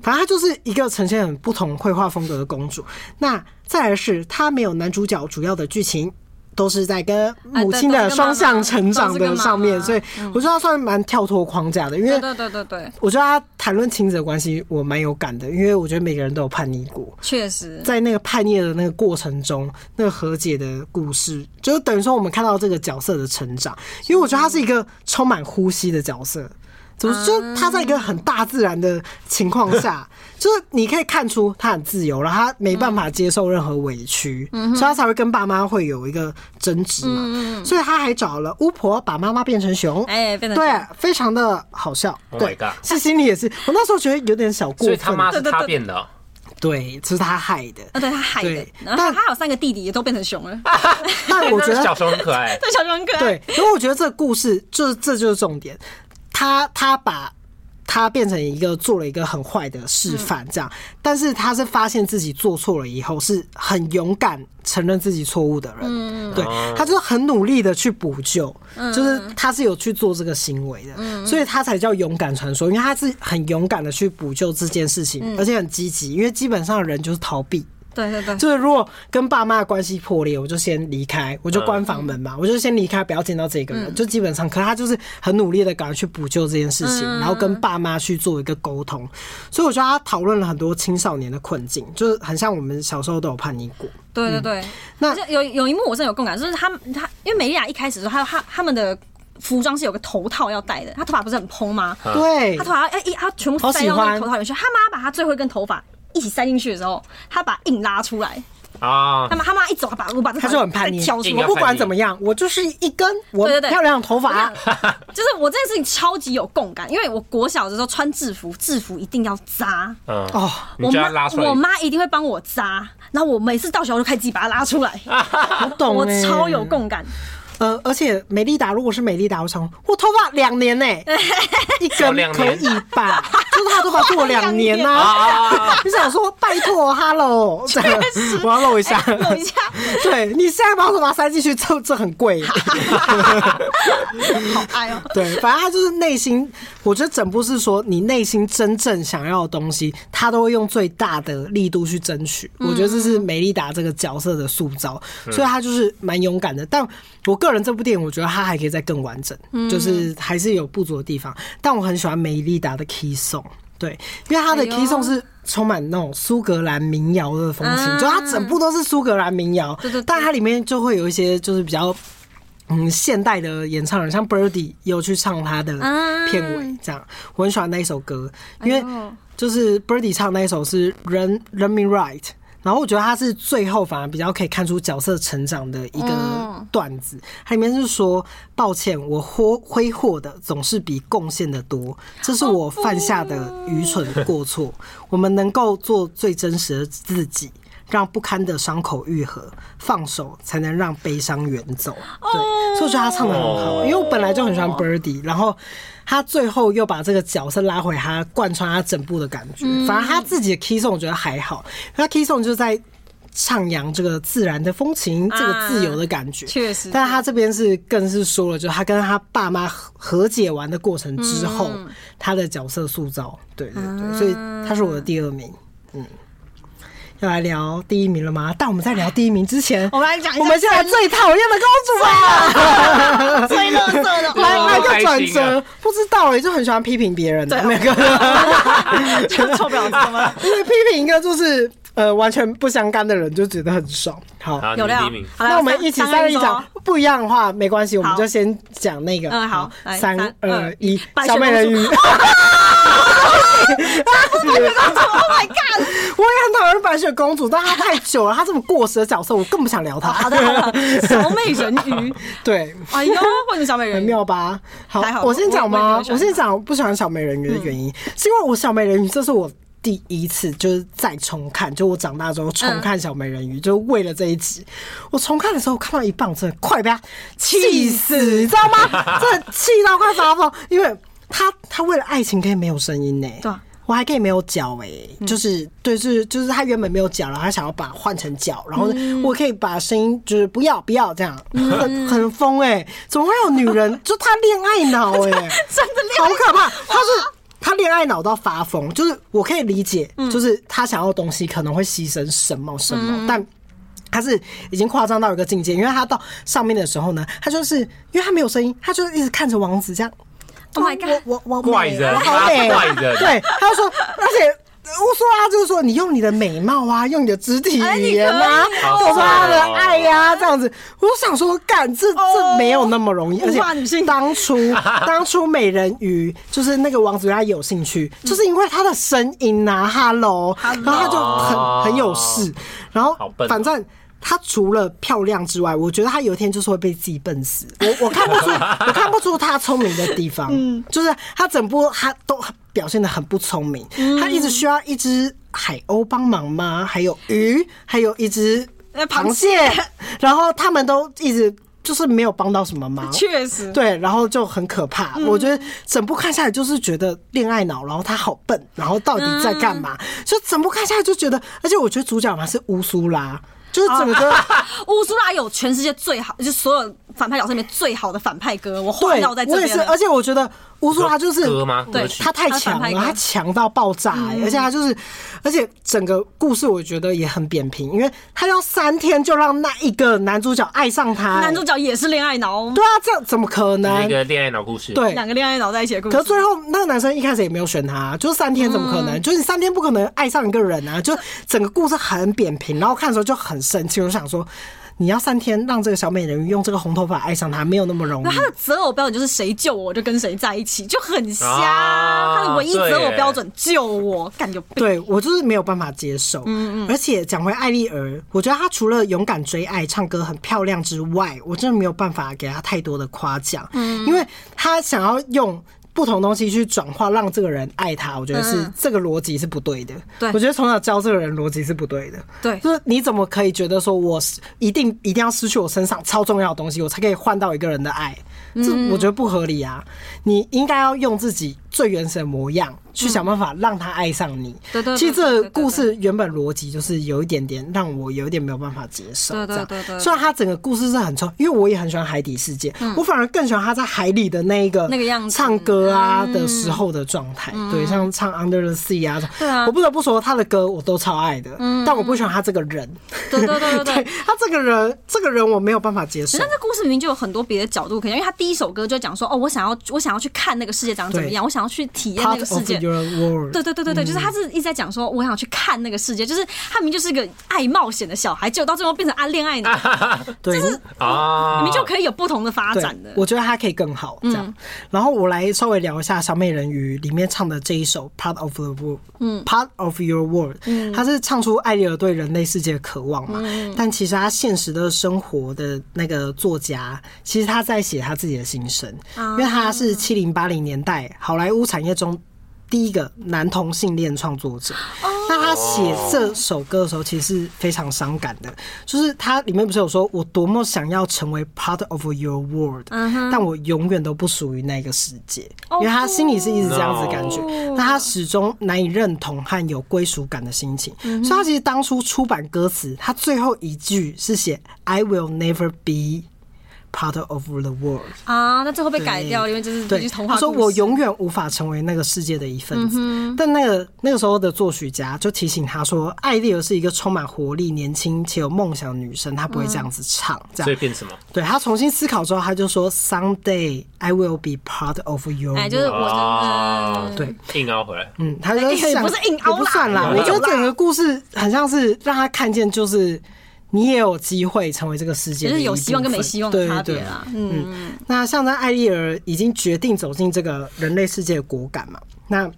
[SPEAKER 1] 反正她就是一个呈现很不同绘画风格的公主。那再来是她没有男主角主要的剧情。都是在跟母亲
[SPEAKER 3] 哎
[SPEAKER 1] 的
[SPEAKER 3] 对都是跟妈妈
[SPEAKER 1] 双向成长的上面，
[SPEAKER 3] 都
[SPEAKER 1] 所
[SPEAKER 3] 是
[SPEAKER 1] 以我觉得她算蛮跳脱框架的，因为
[SPEAKER 3] 嗯哦对对对对对，
[SPEAKER 1] 我觉得她谈论亲子的关系，我蛮有感的，因为我觉得每个人都有叛逆过，
[SPEAKER 3] 确实。
[SPEAKER 1] 在那个叛逆的那个过程中，那个和解的故事，就等于说我们看到这个角色的成长，因为我觉得他是一个充满呼吸的角色。怎
[SPEAKER 2] 啊
[SPEAKER 1] 么？就是他在一个很大自然的情况下，就是你可以看出他很自由，然后他没办法接受任何委屈，
[SPEAKER 2] 嗯
[SPEAKER 1] 所以他才会跟爸妈会有一个争执嘛。所以他还找了巫婆把妈妈变成熊，
[SPEAKER 3] 哎变成
[SPEAKER 1] 对
[SPEAKER 3] 熊，
[SPEAKER 1] 非常的好笑。
[SPEAKER 2] Oh my
[SPEAKER 1] 对
[SPEAKER 2] god，
[SPEAKER 1] 是心里也是，我那时候觉得有点小过
[SPEAKER 2] 所以
[SPEAKER 1] 分。
[SPEAKER 2] 他妈是
[SPEAKER 3] 对对
[SPEAKER 2] 他
[SPEAKER 3] 对
[SPEAKER 2] 变的哦，
[SPEAKER 1] 对，这是他害
[SPEAKER 2] [laughs]
[SPEAKER 1] 的。
[SPEAKER 3] 啊，对他害的
[SPEAKER 1] 对，
[SPEAKER 3] 然后
[SPEAKER 1] 但
[SPEAKER 3] 他还有三个弟弟也都变成熊了，
[SPEAKER 1] 但我觉得
[SPEAKER 2] 小时候很可爱。
[SPEAKER 3] [laughs] 对，小熊很可爱。
[SPEAKER 1] 对，因为我觉得这个故事就是这就是重点，他他把他变成一个做了一个很坏的示范，这样，但是他是发现自己做错了以后，是很勇敢承认自己错误的人，对
[SPEAKER 2] 哦，
[SPEAKER 1] 他就是很努力的去补救，就是他是有去做这个行为的，所以他才叫勇敢传说，因为他是很勇敢的去补救这件事情，而且很积极，因为基本上人就是逃避。
[SPEAKER 3] 对对对，
[SPEAKER 1] 就是嗯如果跟爸妈的关系破裂，我就先离开，我就
[SPEAKER 3] 嗯
[SPEAKER 1] 关房门嘛，我就先离开，不要见到这个人。就基本上，可是他就是很努力的赶快去补救这件事情，
[SPEAKER 3] 嗯
[SPEAKER 1] 然后跟爸妈去做一个沟通。所以我觉得他讨论了很多青少年的困境，就是很像我们小时候都有叛逆过。
[SPEAKER 3] 对对对，
[SPEAKER 1] 那
[SPEAKER 3] 而且有有一幕我真的有共感，就是他们他因为美利亚一开始的时候，他他他们的服装是有个头套要戴的，他头发不是很蓬吗？
[SPEAKER 2] 啊
[SPEAKER 1] 对
[SPEAKER 3] 嗯他，头发要哎一他全部
[SPEAKER 1] 好
[SPEAKER 3] 塞
[SPEAKER 1] 喜
[SPEAKER 3] 到那
[SPEAKER 1] 欢
[SPEAKER 3] 个头套里面去，他妈把他最后一根头发。一起塞进去的时候，他把硬拉出来，
[SPEAKER 2] 啊
[SPEAKER 3] 他，妈他妈一走，他把我把这个
[SPEAKER 1] 他就很叛逆
[SPEAKER 3] 再挑出
[SPEAKER 2] 硬
[SPEAKER 3] 来
[SPEAKER 2] 要
[SPEAKER 1] 我不管怎么样，我就是一根我
[SPEAKER 3] 对对对
[SPEAKER 1] 漂亮的头
[SPEAKER 3] 我
[SPEAKER 1] 发
[SPEAKER 3] 跟你。讲 [laughs] 就是我这件事情超级有共感，因为我国小的时候穿制服，制服一定要扎，
[SPEAKER 2] 嗯
[SPEAKER 1] 哦，
[SPEAKER 2] 你
[SPEAKER 3] 我
[SPEAKER 2] 就
[SPEAKER 3] 妈
[SPEAKER 2] 要拉出来
[SPEAKER 3] 我，妈一定会帮我扎，然后我每次到学校就开始自己把它拉
[SPEAKER 1] [laughs]
[SPEAKER 3] 出来，
[SPEAKER 1] 我懂、
[SPEAKER 3] 我
[SPEAKER 1] 欸
[SPEAKER 3] 超有共
[SPEAKER 1] [laughs]
[SPEAKER 3] 感。
[SPEAKER 1] 呃，而且美丽达，如果是美丽达，我想我头发两年呢、一
[SPEAKER 2] 哦
[SPEAKER 1] 根
[SPEAKER 2] 两
[SPEAKER 1] 可
[SPEAKER 2] 年
[SPEAKER 1] 以吧？就是他头发做两年呐、
[SPEAKER 3] [laughs]
[SPEAKER 2] 啊
[SPEAKER 1] 你想说拜托，Hello，这样我要露一下，
[SPEAKER 3] 哎露一下
[SPEAKER 1] 对你现在把我头发塞进去，这这很
[SPEAKER 3] [laughs]
[SPEAKER 1] 贵。
[SPEAKER 3] 好爱哦、
[SPEAKER 1] 对，反正他就是内心，我觉得整部是说你内心真正想要的东西，他都会用最大的力度去争取。我觉得这是
[SPEAKER 3] 嗯
[SPEAKER 1] 美丽达这个角色的塑造，所以他就是蛮勇敢的。但我个人这部电影，我觉得他还可以再更完整，
[SPEAKER 3] 嗯
[SPEAKER 1] 就是还是有不足的地方。但我很喜欢美丽达的 key song，对，因为他的
[SPEAKER 3] 哎呦
[SPEAKER 1] key song 是。充满那种苏格兰民谣的风情，
[SPEAKER 3] 啊
[SPEAKER 1] 就它整部都是苏格兰民谣，
[SPEAKER 3] 嗯对对对
[SPEAKER 1] 但它里面就会有一些就是比较嗯现代的演唱人，像 Birdy 有去唱他的
[SPEAKER 3] 啊
[SPEAKER 1] 片尾，这样我很喜欢那一首歌，因为
[SPEAKER 3] 哎呦
[SPEAKER 1] 就是 Birdy 唱那一首是《人人民 Right》，然后我觉得他是最后反而比较可以看出角色成长的一个
[SPEAKER 3] 嗯
[SPEAKER 1] 段子，它里面是说：“抱歉，我挥挥霍的总是比贡献的多，这是我
[SPEAKER 3] 哦
[SPEAKER 1] 犯下的愚蠢过错。我们能够做最真实的自己。”让不堪的伤口愈合，放手才能让悲伤远走。对，所以我觉得他唱的很好，
[SPEAKER 2] 哦
[SPEAKER 1] 因为我本来就很喜欢 Birdy，然后他最后又把这个角色拉回他贯穿他整部的感觉。
[SPEAKER 3] 嗯
[SPEAKER 1] 反而他自己的 key song 我觉得还好，因为他 key song 就在唱扬这个自然的风情，这个自由的感觉。
[SPEAKER 3] 啊确实，
[SPEAKER 1] 但他这边是更是说了，就是他跟他爸妈和和解完的过程之后，
[SPEAKER 3] 嗯
[SPEAKER 1] 他的角色塑造，对对
[SPEAKER 3] 啊
[SPEAKER 1] 对，所以他是我的第二名，嗯。要来聊第一名了吗？但我们在聊第一名之前，
[SPEAKER 3] [laughs] 我们来讲一下
[SPEAKER 1] 我们现在最讨厌的公主 [laughs] 吧，
[SPEAKER 3] 最乐色的
[SPEAKER 1] 来来
[SPEAKER 2] 好
[SPEAKER 1] 个
[SPEAKER 2] 开
[SPEAKER 1] 转
[SPEAKER 2] 心啊
[SPEAKER 1] 折，不知道哎，就很喜欢批评别人的那个，
[SPEAKER 3] [laughs] 就臭婊子吗？
[SPEAKER 1] [laughs] 因为批评一个就是呃完全不相干的人，就觉得很爽。好，
[SPEAKER 2] 啊好，你
[SPEAKER 3] 有
[SPEAKER 2] 第
[SPEAKER 3] 料
[SPEAKER 2] 一名，。
[SPEAKER 3] 好啦
[SPEAKER 1] 那我们一起三二一讲，不一样的话没关系，我们
[SPEAKER 3] 好
[SPEAKER 1] 就先讲那个。
[SPEAKER 3] 嗯好来
[SPEAKER 1] 三
[SPEAKER 3] 三
[SPEAKER 1] 二
[SPEAKER 3] 二
[SPEAKER 1] 一，
[SPEAKER 3] 白雪
[SPEAKER 1] 小美人
[SPEAKER 3] 公
[SPEAKER 1] 鱼。 [laughs]
[SPEAKER 3] 主
[SPEAKER 1] 我也 [laughs]
[SPEAKER 3] Oh my god！
[SPEAKER 1] 很讨厌白雪公主，但她太久了，她这么过时的角色，我更不想聊她。
[SPEAKER 3] 好的好的，小美人鱼，
[SPEAKER 1] [laughs] 对，
[SPEAKER 3] 哎呦，为什么小美
[SPEAKER 1] 很
[SPEAKER 3] 人鱼？
[SPEAKER 1] 妙吧？好
[SPEAKER 3] 还，好
[SPEAKER 1] 我先讲
[SPEAKER 3] 我我也没
[SPEAKER 1] 吗
[SPEAKER 3] 有？喜
[SPEAKER 1] 我
[SPEAKER 3] 欢她
[SPEAKER 1] 先讲我不喜欢小美人鱼的原因，是因为我小美人鱼这是我第一次就是再重看，就我长大之后重看小美人鱼，就为了这一集，我重看的时候看到一半，我真的快被他气死，你知道吗？真的气到快发疯，因为他他为了爱情可以没有声音呢、
[SPEAKER 3] 对啊
[SPEAKER 1] 我还可以没有脚哎、就是对，就是就是他原本没有脚，然后他想要把它换成脚，然后我可以把声音就是不要不要这样，很很疯哎、怎么会有女人就她恋爱脑哎、
[SPEAKER 3] 真
[SPEAKER 1] [laughs]
[SPEAKER 3] 的恋爱
[SPEAKER 1] 好可怕，她是。她恋爱脑到发疯，就是我可以理解，
[SPEAKER 3] 嗯
[SPEAKER 1] 就是她想要的东西可能会牺牲什么什么，但他是已经夸张到一个境界，因为他到上面的时候呢，他就是因为他没有声音，他就是一直看着王子这样。嗯
[SPEAKER 3] Oh my god
[SPEAKER 1] 我我我
[SPEAKER 2] 怪
[SPEAKER 1] 美
[SPEAKER 2] 人
[SPEAKER 1] 我好美，啊
[SPEAKER 2] 他怪人啊
[SPEAKER 1] 对，他就说，而且。我说啊，就是说你用你的美貌啊，用你的肢体
[SPEAKER 3] 哎
[SPEAKER 1] 语
[SPEAKER 3] 你
[SPEAKER 1] 言啊，
[SPEAKER 3] 可以
[SPEAKER 2] 哦
[SPEAKER 1] 我说他的爱呀、这样子，我想说，干这这
[SPEAKER 3] 哦
[SPEAKER 1] 没有那么容易，而
[SPEAKER 3] 物化女
[SPEAKER 1] 且当
[SPEAKER 3] [laughs]
[SPEAKER 1] 初当初美人鱼就是那个王子对他有兴趣，
[SPEAKER 3] 嗯
[SPEAKER 1] 就是因为他的声音啊，Hello，然后他就很很有事，然后
[SPEAKER 2] 好笨哦
[SPEAKER 1] 反正。她除了漂亮之外，我觉得她有一天就是会被自己笨死。我我看不出，我看不出她聪明的地方。嗯，就是她整部她都表现的很不聪明。她一直需要一只海鸥帮忙吗？还有鱼，还有一只
[SPEAKER 3] 呃
[SPEAKER 1] 螃
[SPEAKER 3] 螃
[SPEAKER 1] 蟹
[SPEAKER 3] 蟹，
[SPEAKER 1] 然后他们都一直就是没有帮到什么忙。
[SPEAKER 3] 确实，
[SPEAKER 1] 对，然后就很可怕。我觉
[SPEAKER 3] 嗯
[SPEAKER 1] 得整部看下来就是觉得恋爱脑，然后他好笨，然后到底在干嘛？
[SPEAKER 3] 嗯
[SPEAKER 1] 就整部看下来就觉得，而且我觉得主角嘛是乌苏拉，就是整个、
[SPEAKER 3] 哦 [laughs] 乌苏拉有全世界最好，就是所有反派角色里面最好的反派歌，我环
[SPEAKER 1] 对
[SPEAKER 3] 绕在，这
[SPEAKER 1] 我也
[SPEAKER 3] 边
[SPEAKER 1] 是，
[SPEAKER 3] 了。
[SPEAKER 1] 而且我觉得乌苏拉就是
[SPEAKER 2] 歌吗？
[SPEAKER 3] 对
[SPEAKER 2] 歌曲
[SPEAKER 1] 他太强
[SPEAKER 3] 他反派嗯
[SPEAKER 1] 了，
[SPEAKER 3] 哥
[SPEAKER 1] 他强到爆炸、欸而且他就是，而且整个故事我觉得也很扁平，因为他要三天就让那一个男主角爱上他、欸
[SPEAKER 3] 男主角也是恋爱脑，
[SPEAKER 1] 对啊，这样怎么可能
[SPEAKER 2] 那？个恋爱脑故事，，
[SPEAKER 1] 对，
[SPEAKER 3] 两个恋爱脑在一起的故事
[SPEAKER 1] 可是。最后那个男生一开始也没有选他，就是三天怎么可能？
[SPEAKER 3] 嗯
[SPEAKER 1] 就是你三天不可能爱上一个人啊！就整个故事很扁平，然后看的时候就很生气，我就想说，你要三天让这个小美人鱼用这个红头发爱上他，没有那么容易
[SPEAKER 3] 那。他的择偶标准就是谁救我就跟谁在一起，就很瞎。
[SPEAKER 2] 啊
[SPEAKER 3] 他的唯一择
[SPEAKER 2] 对
[SPEAKER 3] 偶
[SPEAKER 2] 耶
[SPEAKER 3] 标准救我，感觉
[SPEAKER 1] 对我就是没有办法接受，嗯嗯，而且讲回艾丽儿，我觉得她除了勇敢追爱、唱歌很漂亮之外，我真的没有办法给她太多的夸奖，嗯，因为她想要用不同东西去转化，让这个人爱她，我觉得是、
[SPEAKER 3] 嗯
[SPEAKER 1] 这个逻辑是不对的。
[SPEAKER 3] 对
[SPEAKER 1] 我觉得从小教这个人逻辑是不对的。
[SPEAKER 3] 对
[SPEAKER 1] 就是你怎么可以觉得说我是一定一定要失去我身上超重要的东西，我才可以换到一个人的爱？这
[SPEAKER 3] 嗯
[SPEAKER 1] 我觉得不合理啊！你应该要用自己最原始的模样去想办法让他爱上你。
[SPEAKER 3] 嗯对对对
[SPEAKER 1] 其实这
[SPEAKER 3] 对对
[SPEAKER 1] 个
[SPEAKER 3] 对对
[SPEAKER 1] 故事原本逻辑就是有一点点让我有一点没有办法接受。
[SPEAKER 3] 对对
[SPEAKER 1] 这样
[SPEAKER 3] 对对对嗯
[SPEAKER 1] 虽然它整个故事是很冲，因为我也很喜欢海底世界，我反而更喜欢他在海里的那一个
[SPEAKER 3] 那个样子嗯
[SPEAKER 1] 唱歌啊的时候的状态。对，像唱 Under the Sea 啊，
[SPEAKER 3] 对啊
[SPEAKER 1] 我不得不说他的歌我都超爱的，但我不喜欢他这个人。
[SPEAKER 3] 对对对对 [laughs] 对
[SPEAKER 1] 对 [laughs] 他这个人，这个人我没有办法接受
[SPEAKER 3] 但。这故事明明就有很多别的角度可以，因为他第一首歌就讲说，哦，我想要，我想要去看那个世界长怎么样，我想要去体验那个世界，
[SPEAKER 1] You're a War，
[SPEAKER 3] 对对对对对，就是他是一直在讲说，我想去看那个世界，就是他明明就是个爱冒险的小孩，结果到最后变成爱恋
[SPEAKER 1] [laughs]
[SPEAKER 3] 爱脑，
[SPEAKER 1] 对，
[SPEAKER 2] 啊，
[SPEAKER 3] 你们就可以有不同的发
[SPEAKER 1] 对
[SPEAKER 3] 展的。嗯
[SPEAKER 1] 我觉得它可以更好这样。然后我来稍微聊一下《小美人鱼》里面唱的这一首《Part of the World》，嗯，《Part of Your World》，它
[SPEAKER 3] 嗯
[SPEAKER 1] 是唱出艾丽尔对人类世界的渴望嘛。但其实他现实的生活的那个作家，其实他在写他自己的心声，
[SPEAKER 3] 啊
[SPEAKER 1] 因为他是七零八零年代好莱坞产业中。第一个男同性恋创作者，那他写这首歌的时候，其实是非常伤感的。就是他里面不是有说，我多么想要成为 part of your world，、但我永远都不属于那个世界，因为他心里是一直这样子的感觉
[SPEAKER 3] No，
[SPEAKER 1] 但他始终难以认同和有归属感的心情。所以他其实当初出版歌词，他最后一句是写 I will never be part of the world。
[SPEAKER 3] 啊，那最后被改掉，因为这是
[SPEAKER 1] 对
[SPEAKER 3] 必须，童话
[SPEAKER 1] 他
[SPEAKER 3] 故事。嗯
[SPEAKER 1] 说我永远无法成为那个世界的一份子。但那个那个时候的作曲家就提醒他说，艾丽儿是一个充满活力、年轻且有梦想的女生，她不会这样子唱。这
[SPEAKER 3] 嗯
[SPEAKER 2] 所以
[SPEAKER 1] 样，
[SPEAKER 2] 变什么？
[SPEAKER 1] 对他重新思考之后，他就说，someday I will be part of your。
[SPEAKER 3] 哎，就是我
[SPEAKER 2] 啊
[SPEAKER 3] 嗯，
[SPEAKER 1] 对，
[SPEAKER 2] 硬凹回来。
[SPEAKER 1] 嗯，他就想
[SPEAKER 3] 也不是硬凹啦
[SPEAKER 1] 也不算啦。
[SPEAKER 2] 有啦
[SPEAKER 1] 我觉得整个故事很像是让他看见，就是你也有机会成为这个世界
[SPEAKER 3] 就
[SPEAKER 1] 的
[SPEAKER 3] 是
[SPEAKER 1] 一部分，
[SPEAKER 3] 有希望跟没希望的
[SPEAKER 1] 对
[SPEAKER 3] 差别
[SPEAKER 1] 对
[SPEAKER 3] 啦。嗯，
[SPEAKER 1] 那象征艾丽儿已经决定走进这个人类世界的果敢嘛？那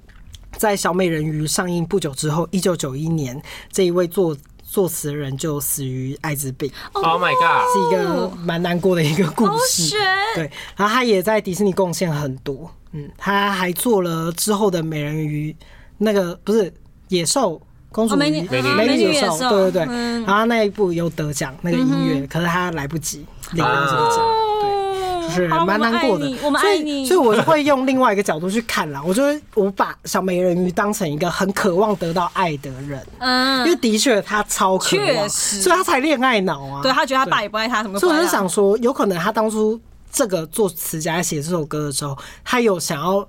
[SPEAKER 1] 在《小美人鱼》上映不久之后，一九九一年，这一位作作词人就死于艾滋病，
[SPEAKER 2] Oh my god！
[SPEAKER 1] 是一个蛮难过的一个故
[SPEAKER 3] 哦好
[SPEAKER 1] 事
[SPEAKER 3] 悬。，
[SPEAKER 1] 对，然后他也在迪士尼贡献很多，嗯，他还做了之后的美人鱼，那个不是野兽公主
[SPEAKER 3] 哦
[SPEAKER 1] 与、
[SPEAKER 3] 美女
[SPEAKER 2] 美女与
[SPEAKER 1] 美
[SPEAKER 2] 野
[SPEAKER 1] 女野
[SPEAKER 3] 兽
[SPEAKER 1] 兽，对对对，
[SPEAKER 3] 嗯
[SPEAKER 1] 然后那一部有得奖那个音乐，可是他来不及领到这个奖。
[SPEAKER 3] 哦
[SPEAKER 1] 就是
[SPEAKER 3] 好
[SPEAKER 1] 蛮难过的。
[SPEAKER 3] 我们
[SPEAKER 1] 所
[SPEAKER 3] 爱
[SPEAKER 1] 以
[SPEAKER 3] 你，
[SPEAKER 1] 所以
[SPEAKER 3] 我们爱你。
[SPEAKER 1] 我会用另外一个角度去看啦。我就会我把小美人鱼当成一个很渴望得到爱的人，因为
[SPEAKER 3] 嗯，
[SPEAKER 1] 的确他超渴
[SPEAKER 3] 确
[SPEAKER 1] 望，
[SPEAKER 3] 实
[SPEAKER 1] 所以他才恋爱脑啊。
[SPEAKER 3] 对他觉得他爸也不爱他，什么都不
[SPEAKER 1] 所以我
[SPEAKER 3] 爱
[SPEAKER 1] 就
[SPEAKER 3] 他
[SPEAKER 1] 想说，有可能他当初这个作词家写这首歌的时候，他有想要。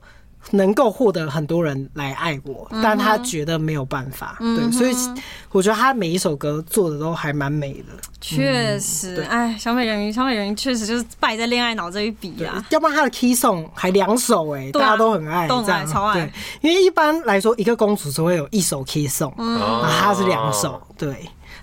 [SPEAKER 1] 能够获得很多人来爱我，
[SPEAKER 3] 嗯
[SPEAKER 1] 但他觉得没有办法，对，所以我觉得他每一首歌做的都还蛮美的，嗯
[SPEAKER 3] 确实，哎，小美人鱼，小美人鱼确实就是败在恋爱脑这一笔啊啦。
[SPEAKER 1] 要不然他的 key song 还两首哎、
[SPEAKER 3] 对啊
[SPEAKER 1] 大家都很爱，
[SPEAKER 3] 都很
[SPEAKER 1] 这
[SPEAKER 3] 爱
[SPEAKER 1] 样
[SPEAKER 3] 超爱
[SPEAKER 1] 对，因为一般来说，一个公主只会有一首 key song，然
[SPEAKER 3] 嗯
[SPEAKER 1] 后
[SPEAKER 2] 啊
[SPEAKER 1] 她是两首，。对。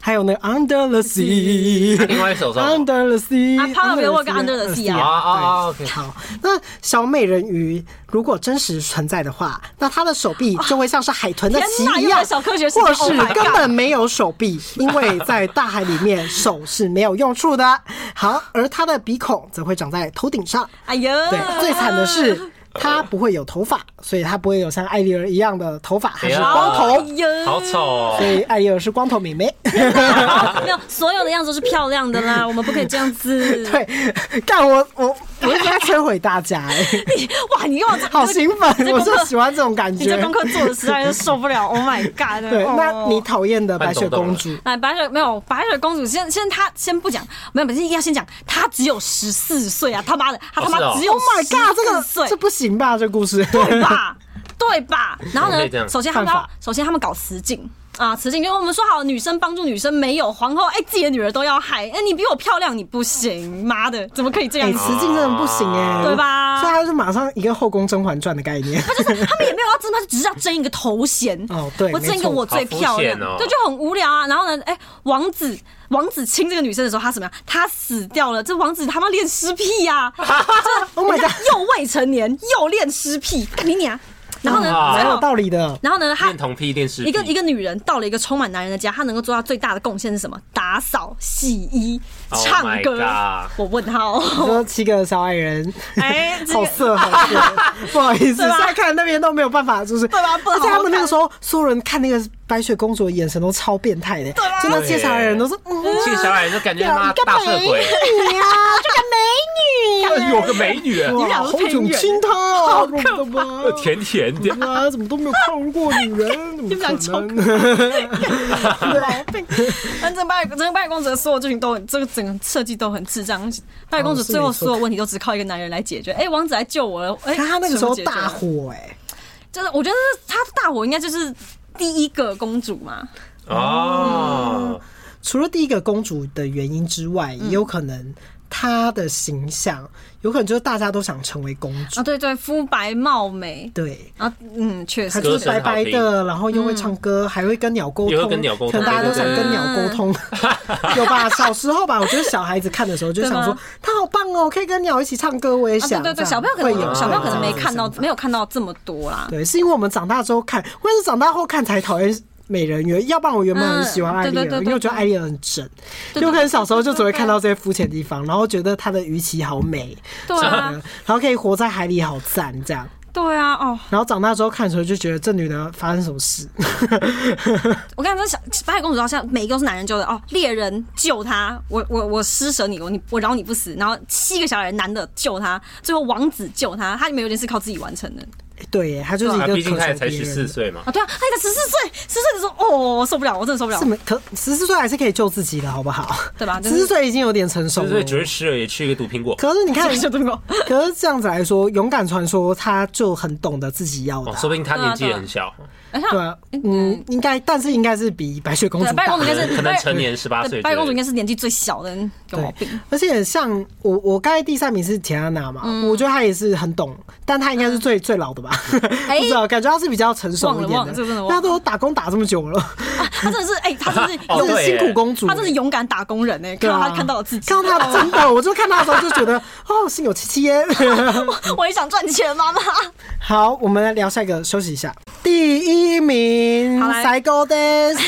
[SPEAKER 1] 还有那个 Under the Sea，
[SPEAKER 2] 啊另外一首是什么
[SPEAKER 1] Under the Sea，
[SPEAKER 3] 啊，Power
[SPEAKER 1] Under the
[SPEAKER 3] Walk
[SPEAKER 1] Sea
[SPEAKER 3] Under the Sea
[SPEAKER 2] 啊
[SPEAKER 3] 啊
[SPEAKER 2] 啊啊！OK，
[SPEAKER 1] 好，那小美人鱼如果真实存在的话，那她的手臂就会像是海豚的鳍
[SPEAKER 3] 哦天哪
[SPEAKER 1] 一
[SPEAKER 3] 又
[SPEAKER 1] 样
[SPEAKER 3] 来，小科学世界
[SPEAKER 1] 或
[SPEAKER 3] Oh
[SPEAKER 1] 是
[SPEAKER 3] my God
[SPEAKER 1] 根本没有手臂，因为在大海里面手是没有用处的。好，而她的鼻孔则会长在头顶上。
[SPEAKER 3] 哎呀，
[SPEAKER 1] 对，最惨的是她不会有头发，所以她不会有像艾丽儿一样的头发，还是
[SPEAKER 2] 啊
[SPEAKER 1] 光
[SPEAKER 3] 哎
[SPEAKER 1] 头。
[SPEAKER 3] 呀，
[SPEAKER 2] 好丑
[SPEAKER 1] 所
[SPEAKER 2] 哦！
[SPEAKER 1] 以艾丽儿是光头妹妹。
[SPEAKER 3] [laughs] 哦没有，所有的样子都是漂亮的啦，我们不可以这样子。
[SPEAKER 1] [laughs] 对，但我我我一直在摧毁大家、哎
[SPEAKER 3] [laughs] 哇，你又往这
[SPEAKER 1] 好兴
[SPEAKER 3] 你
[SPEAKER 1] 奋，
[SPEAKER 3] [laughs] 这
[SPEAKER 1] 我
[SPEAKER 3] 功课
[SPEAKER 1] 就喜欢这种感
[SPEAKER 3] 你
[SPEAKER 1] [laughs]
[SPEAKER 3] 这
[SPEAKER 1] 觉
[SPEAKER 3] 功。课做的实在是受不了，Oh my god！
[SPEAKER 1] 对，
[SPEAKER 3] 哦
[SPEAKER 1] 那你讨厌的白雪公主，
[SPEAKER 3] 哎，白雪没有白雪公主，先先她先不讲，没有，不是要先讲，她只有十四岁啊！他妈的，她他妈
[SPEAKER 2] 是哦
[SPEAKER 3] 只有
[SPEAKER 1] Oh my god，这
[SPEAKER 3] 14
[SPEAKER 1] 个
[SPEAKER 3] 岁
[SPEAKER 1] 这不行吧？这故事，
[SPEAKER 3] 对吧？对吧？然后
[SPEAKER 2] 怎么可以这样
[SPEAKER 3] 呢，首先他们
[SPEAKER 1] 犯
[SPEAKER 3] 要
[SPEAKER 1] 法，
[SPEAKER 3] 首先他们搞雌竞啊，雌竞就是我们说好，女生帮助女生没有皇后，哎、自己的女儿都要害，哎、你比我漂亮，你不行，妈的，怎么可以这样
[SPEAKER 1] 哎，
[SPEAKER 3] 子？
[SPEAKER 1] 雌竞真的不行哎，
[SPEAKER 3] 啊对吧
[SPEAKER 1] 所以它是马上一个后宫《甄嬛传》的概
[SPEAKER 3] [laughs]
[SPEAKER 1] 念，
[SPEAKER 3] 他们也没有要争，他就只是要争一个头衔。
[SPEAKER 1] 哦对
[SPEAKER 3] 我争一个我最漂亮，
[SPEAKER 2] 没错好肤浅哦
[SPEAKER 3] 对，就很无聊啊。然后呢，哎、王子王子亲这个女生的时候，他怎么样？他死掉了，这王子他妈恋尸
[SPEAKER 1] [laughs]
[SPEAKER 3] 癖呀、
[SPEAKER 1] Oh my
[SPEAKER 3] 人家
[SPEAKER 1] god
[SPEAKER 3] 又未成年又恋尸癖，干你娘！然后呢，
[SPEAKER 2] 哇
[SPEAKER 3] 最
[SPEAKER 1] 嗯蛮有
[SPEAKER 3] 后，
[SPEAKER 1] 道理的。
[SPEAKER 3] [laughs] 然后呢，他
[SPEAKER 2] 恋童癖、恋尸癖
[SPEAKER 3] 一个一个女人到了一个充满男人的家，她能够做到最大的贡献是什么？打扫、洗衣、
[SPEAKER 2] Oh
[SPEAKER 3] 唱
[SPEAKER 2] my
[SPEAKER 3] 歌。
[SPEAKER 2] God
[SPEAKER 3] 我问号，
[SPEAKER 1] 你说七个小矮人，
[SPEAKER 3] 哎这个
[SPEAKER 1] 好色好 [laughs] 色，不好意思，
[SPEAKER 3] 对吧
[SPEAKER 1] 现在看那边都没有办法，就是
[SPEAKER 3] 对吧不好
[SPEAKER 1] 而
[SPEAKER 3] 看
[SPEAKER 1] 且他们那个时候，所有人看那个白雪公主的眼神都超变态的，就那些小矮人都是，嗯，
[SPEAKER 2] 这个小矮人就感觉
[SPEAKER 1] 呀
[SPEAKER 2] 妈
[SPEAKER 1] 你个
[SPEAKER 2] 大色
[SPEAKER 1] 美
[SPEAKER 2] 鬼，
[SPEAKER 1] 女
[SPEAKER 3] 啊
[SPEAKER 1] 呀，这
[SPEAKER 2] [laughs]
[SPEAKER 1] 个美女，
[SPEAKER 2] 有个美女，啊
[SPEAKER 1] 哇
[SPEAKER 3] 俩是
[SPEAKER 1] 好
[SPEAKER 3] 配
[SPEAKER 1] 想
[SPEAKER 3] 乐
[SPEAKER 1] 亲她啊，好可怕
[SPEAKER 2] 甜甜的。
[SPEAKER 1] 啊，怎么都没有碰过女人，怎么
[SPEAKER 3] 们俩
[SPEAKER 1] 可 [laughs]
[SPEAKER 3] 超
[SPEAKER 1] 能？啊
[SPEAKER 3] 毛病。但这白整个白雪公主的所有剧情都很，这个整个设计都很智障。白雪公主最后所有问题都只靠一个男人来解决。 [laughs] 哎、王子来救我了。哎、
[SPEAKER 1] 可他那个时候
[SPEAKER 3] 什么解决
[SPEAKER 1] 大火哎、
[SPEAKER 3] 就是我觉得她大火应该就是第一个公主嘛。
[SPEAKER 2] 哦，啊
[SPEAKER 1] 嗯除了第一个公主的原因之外，也有可能她的形象，有可能就是大家都想成为公主
[SPEAKER 3] 啊，。对对，肤白貌美，
[SPEAKER 1] 对，
[SPEAKER 3] 啊，嗯，确
[SPEAKER 1] 她
[SPEAKER 3] 实，
[SPEAKER 1] 就是
[SPEAKER 2] 歌
[SPEAKER 1] 白
[SPEAKER 2] 声好
[SPEAKER 1] 白
[SPEAKER 2] 听
[SPEAKER 1] 的，然后又
[SPEAKER 3] 嗯
[SPEAKER 1] 会唱歌，还会跟鸟沟通，
[SPEAKER 2] 也会跟鸟沟通
[SPEAKER 1] 可能大家都想跟鸟沟通，
[SPEAKER 2] [laughs]
[SPEAKER 1] 有吧？小时候吧，我觉得小孩子看的时候就想
[SPEAKER 3] 对
[SPEAKER 1] 说
[SPEAKER 3] 吗，
[SPEAKER 1] 她好棒哦，可以跟鸟一起唱歌，我也
[SPEAKER 3] 啊，
[SPEAKER 1] 想。
[SPEAKER 3] 对对对，
[SPEAKER 1] 这样
[SPEAKER 3] 小朋友可
[SPEAKER 1] 会有
[SPEAKER 3] 能小朋友
[SPEAKER 1] 这
[SPEAKER 3] 可
[SPEAKER 1] 样
[SPEAKER 3] 能没
[SPEAKER 1] 子的
[SPEAKER 3] 看到
[SPEAKER 1] 想，法
[SPEAKER 3] 没有看到这么多啦。
[SPEAKER 1] 对，是因为我们长大之后看，或者是长大后看才讨厌美人鱼。要不然我原本很喜欢艾丽
[SPEAKER 3] 嗯对
[SPEAKER 1] 尔，
[SPEAKER 3] 对对对
[SPEAKER 1] 因为我觉得艾丽尔很整，
[SPEAKER 3] 对对对
[SPEAKER 1] 有可能小时候就只会看到这些肤浅地方，然后觉得她的鱼鳍好美，
[SPEAKER 3] 对
[SPEAKER 1] 嗯
[SPEAKER 3] 啊，
[SPEAKER 1] 然后可以活在海里好赞这样。
[SPEAKER 3] 对啊，哦，
[SPEAKER 1] 然后长大之后看的时候就觉得这女的发生什么事，
[SPEAKER 3] 我刚才想，白雪公主好像每一个都是男人救的哦，猎人救她，我我我施舍你，我你我饶你不死，然后七个小矮人男的救她，最后王子救她，她里面有件事靠自己完成的
[SPEAKER 1] 对耶，她就是一
[SPEAKER 2] 啊
[SPEAKER 1] 个
[SPEAKER 2] 毕竟
[SPEAKER 1] 渴
[SPEAKER 2] 他也
[SPEAKER 1] 求
[SPEAKER 2] 才
[SPEAKER 1] 别
[SPEAKER 2] 十
[SPEAKER 1] 人
[SPEAKER 2] 四
[SPEAKER 1] 的。
[SPEAKER 2] 岁嘛，
[SPEAKER 3] 啊，对啊，她才十四岁，十四岁的时候，哦，我受不了，我真的受不了
[SPEAKER 1] 是，没可十四岁还是可以救自己的，好不好？
[SPEAKER 3] 对
[SPEAKER 1] [laughs]
[SPEAKER 3] 吧？
[SPEAKER 1] 十四岁已经有点成熟
[SPEAKER 2] 对
[SPEAKER 1] 了
[SPEAKER 2] 对，。九十吃了也吃一个毒苹果，
[SPEAKER 1] 可是你看， [laughs]
[SPEAKER 3] 就啊对吧？
[SPEAKER 1] 可是这样子来说，勇敢传说他就很懂得自己要的
[SPEAKER 2] 哦
[SPEAKER 1] 啊、，
[SPEAKER 2] 说不定他年纪也很小，
[SPEAKER 3] 而且
[SPEAKER 1] 对啊，嗯，应该，但是应该是比白雪公主
[SPEAKER 3] 对白雪
[SPEAKER 1] 大
[SPEAKER 3] 公主。应该是
[SPEAKER 2] 可能成年十八岁之类的，
[SPEAKER 3] 白雪公主应该是年纪最小的人，有毛
[SPEAKER 1] 对
[SPEAKER 3] 病。，
[SPEAKER 1] 而且像我，我刚才第三名是田安娜嘛，
[SPEAKER 3] 嗯
[SPEAKER 1] 我觉得她也是很懂，但她应该是最最老的吧， [laughs] 不知道，感觉她是比较成熟一
[SPEAKER 3] 忘了
[SPEAKER 1] 点
[SPEAKER 3] 嗯哎忘了这个真的
[SPEAKER 1] 的。
[SPEAKER 3] 忘
[SPEAKER 1] 她
[SPEAKER 3] 了
[SPEAKER 1] 都打工打这么久了，
[SPEAKER 3] 她真的是，哎，她真的是
[SPEAKER 2] 哦
[SPEAKER 1] [laughs] 真
[SPEAKER 3] 勇，
[SPEAKER 1] 的
[SPEAKER 2] 对耶
[SPEAKER 1] 辛苦公主，
[SPEAKER 3] 她真的勇敢打工人哎，看
[SPEAKER 1] 对
[SPEAKER 3] 到
[SPEAKER 1] 啊
[SPEAKER 3] 她看到了自己， [laughs]
[SPEAKER 1] 看到她真的，我就看她的时候就觉得，哦，心有戚戚焉。
[SPEAKER 3] 我也想赚钱，妈妈。
[SPEAKER 1] 好，我们来聊下一个，休息一下。第一名
[SPEAKER 3] 好，来
[SPEAKER 1] 赛高的
[SPEAKER 3] [laughs]
[SPEAKER 1] 是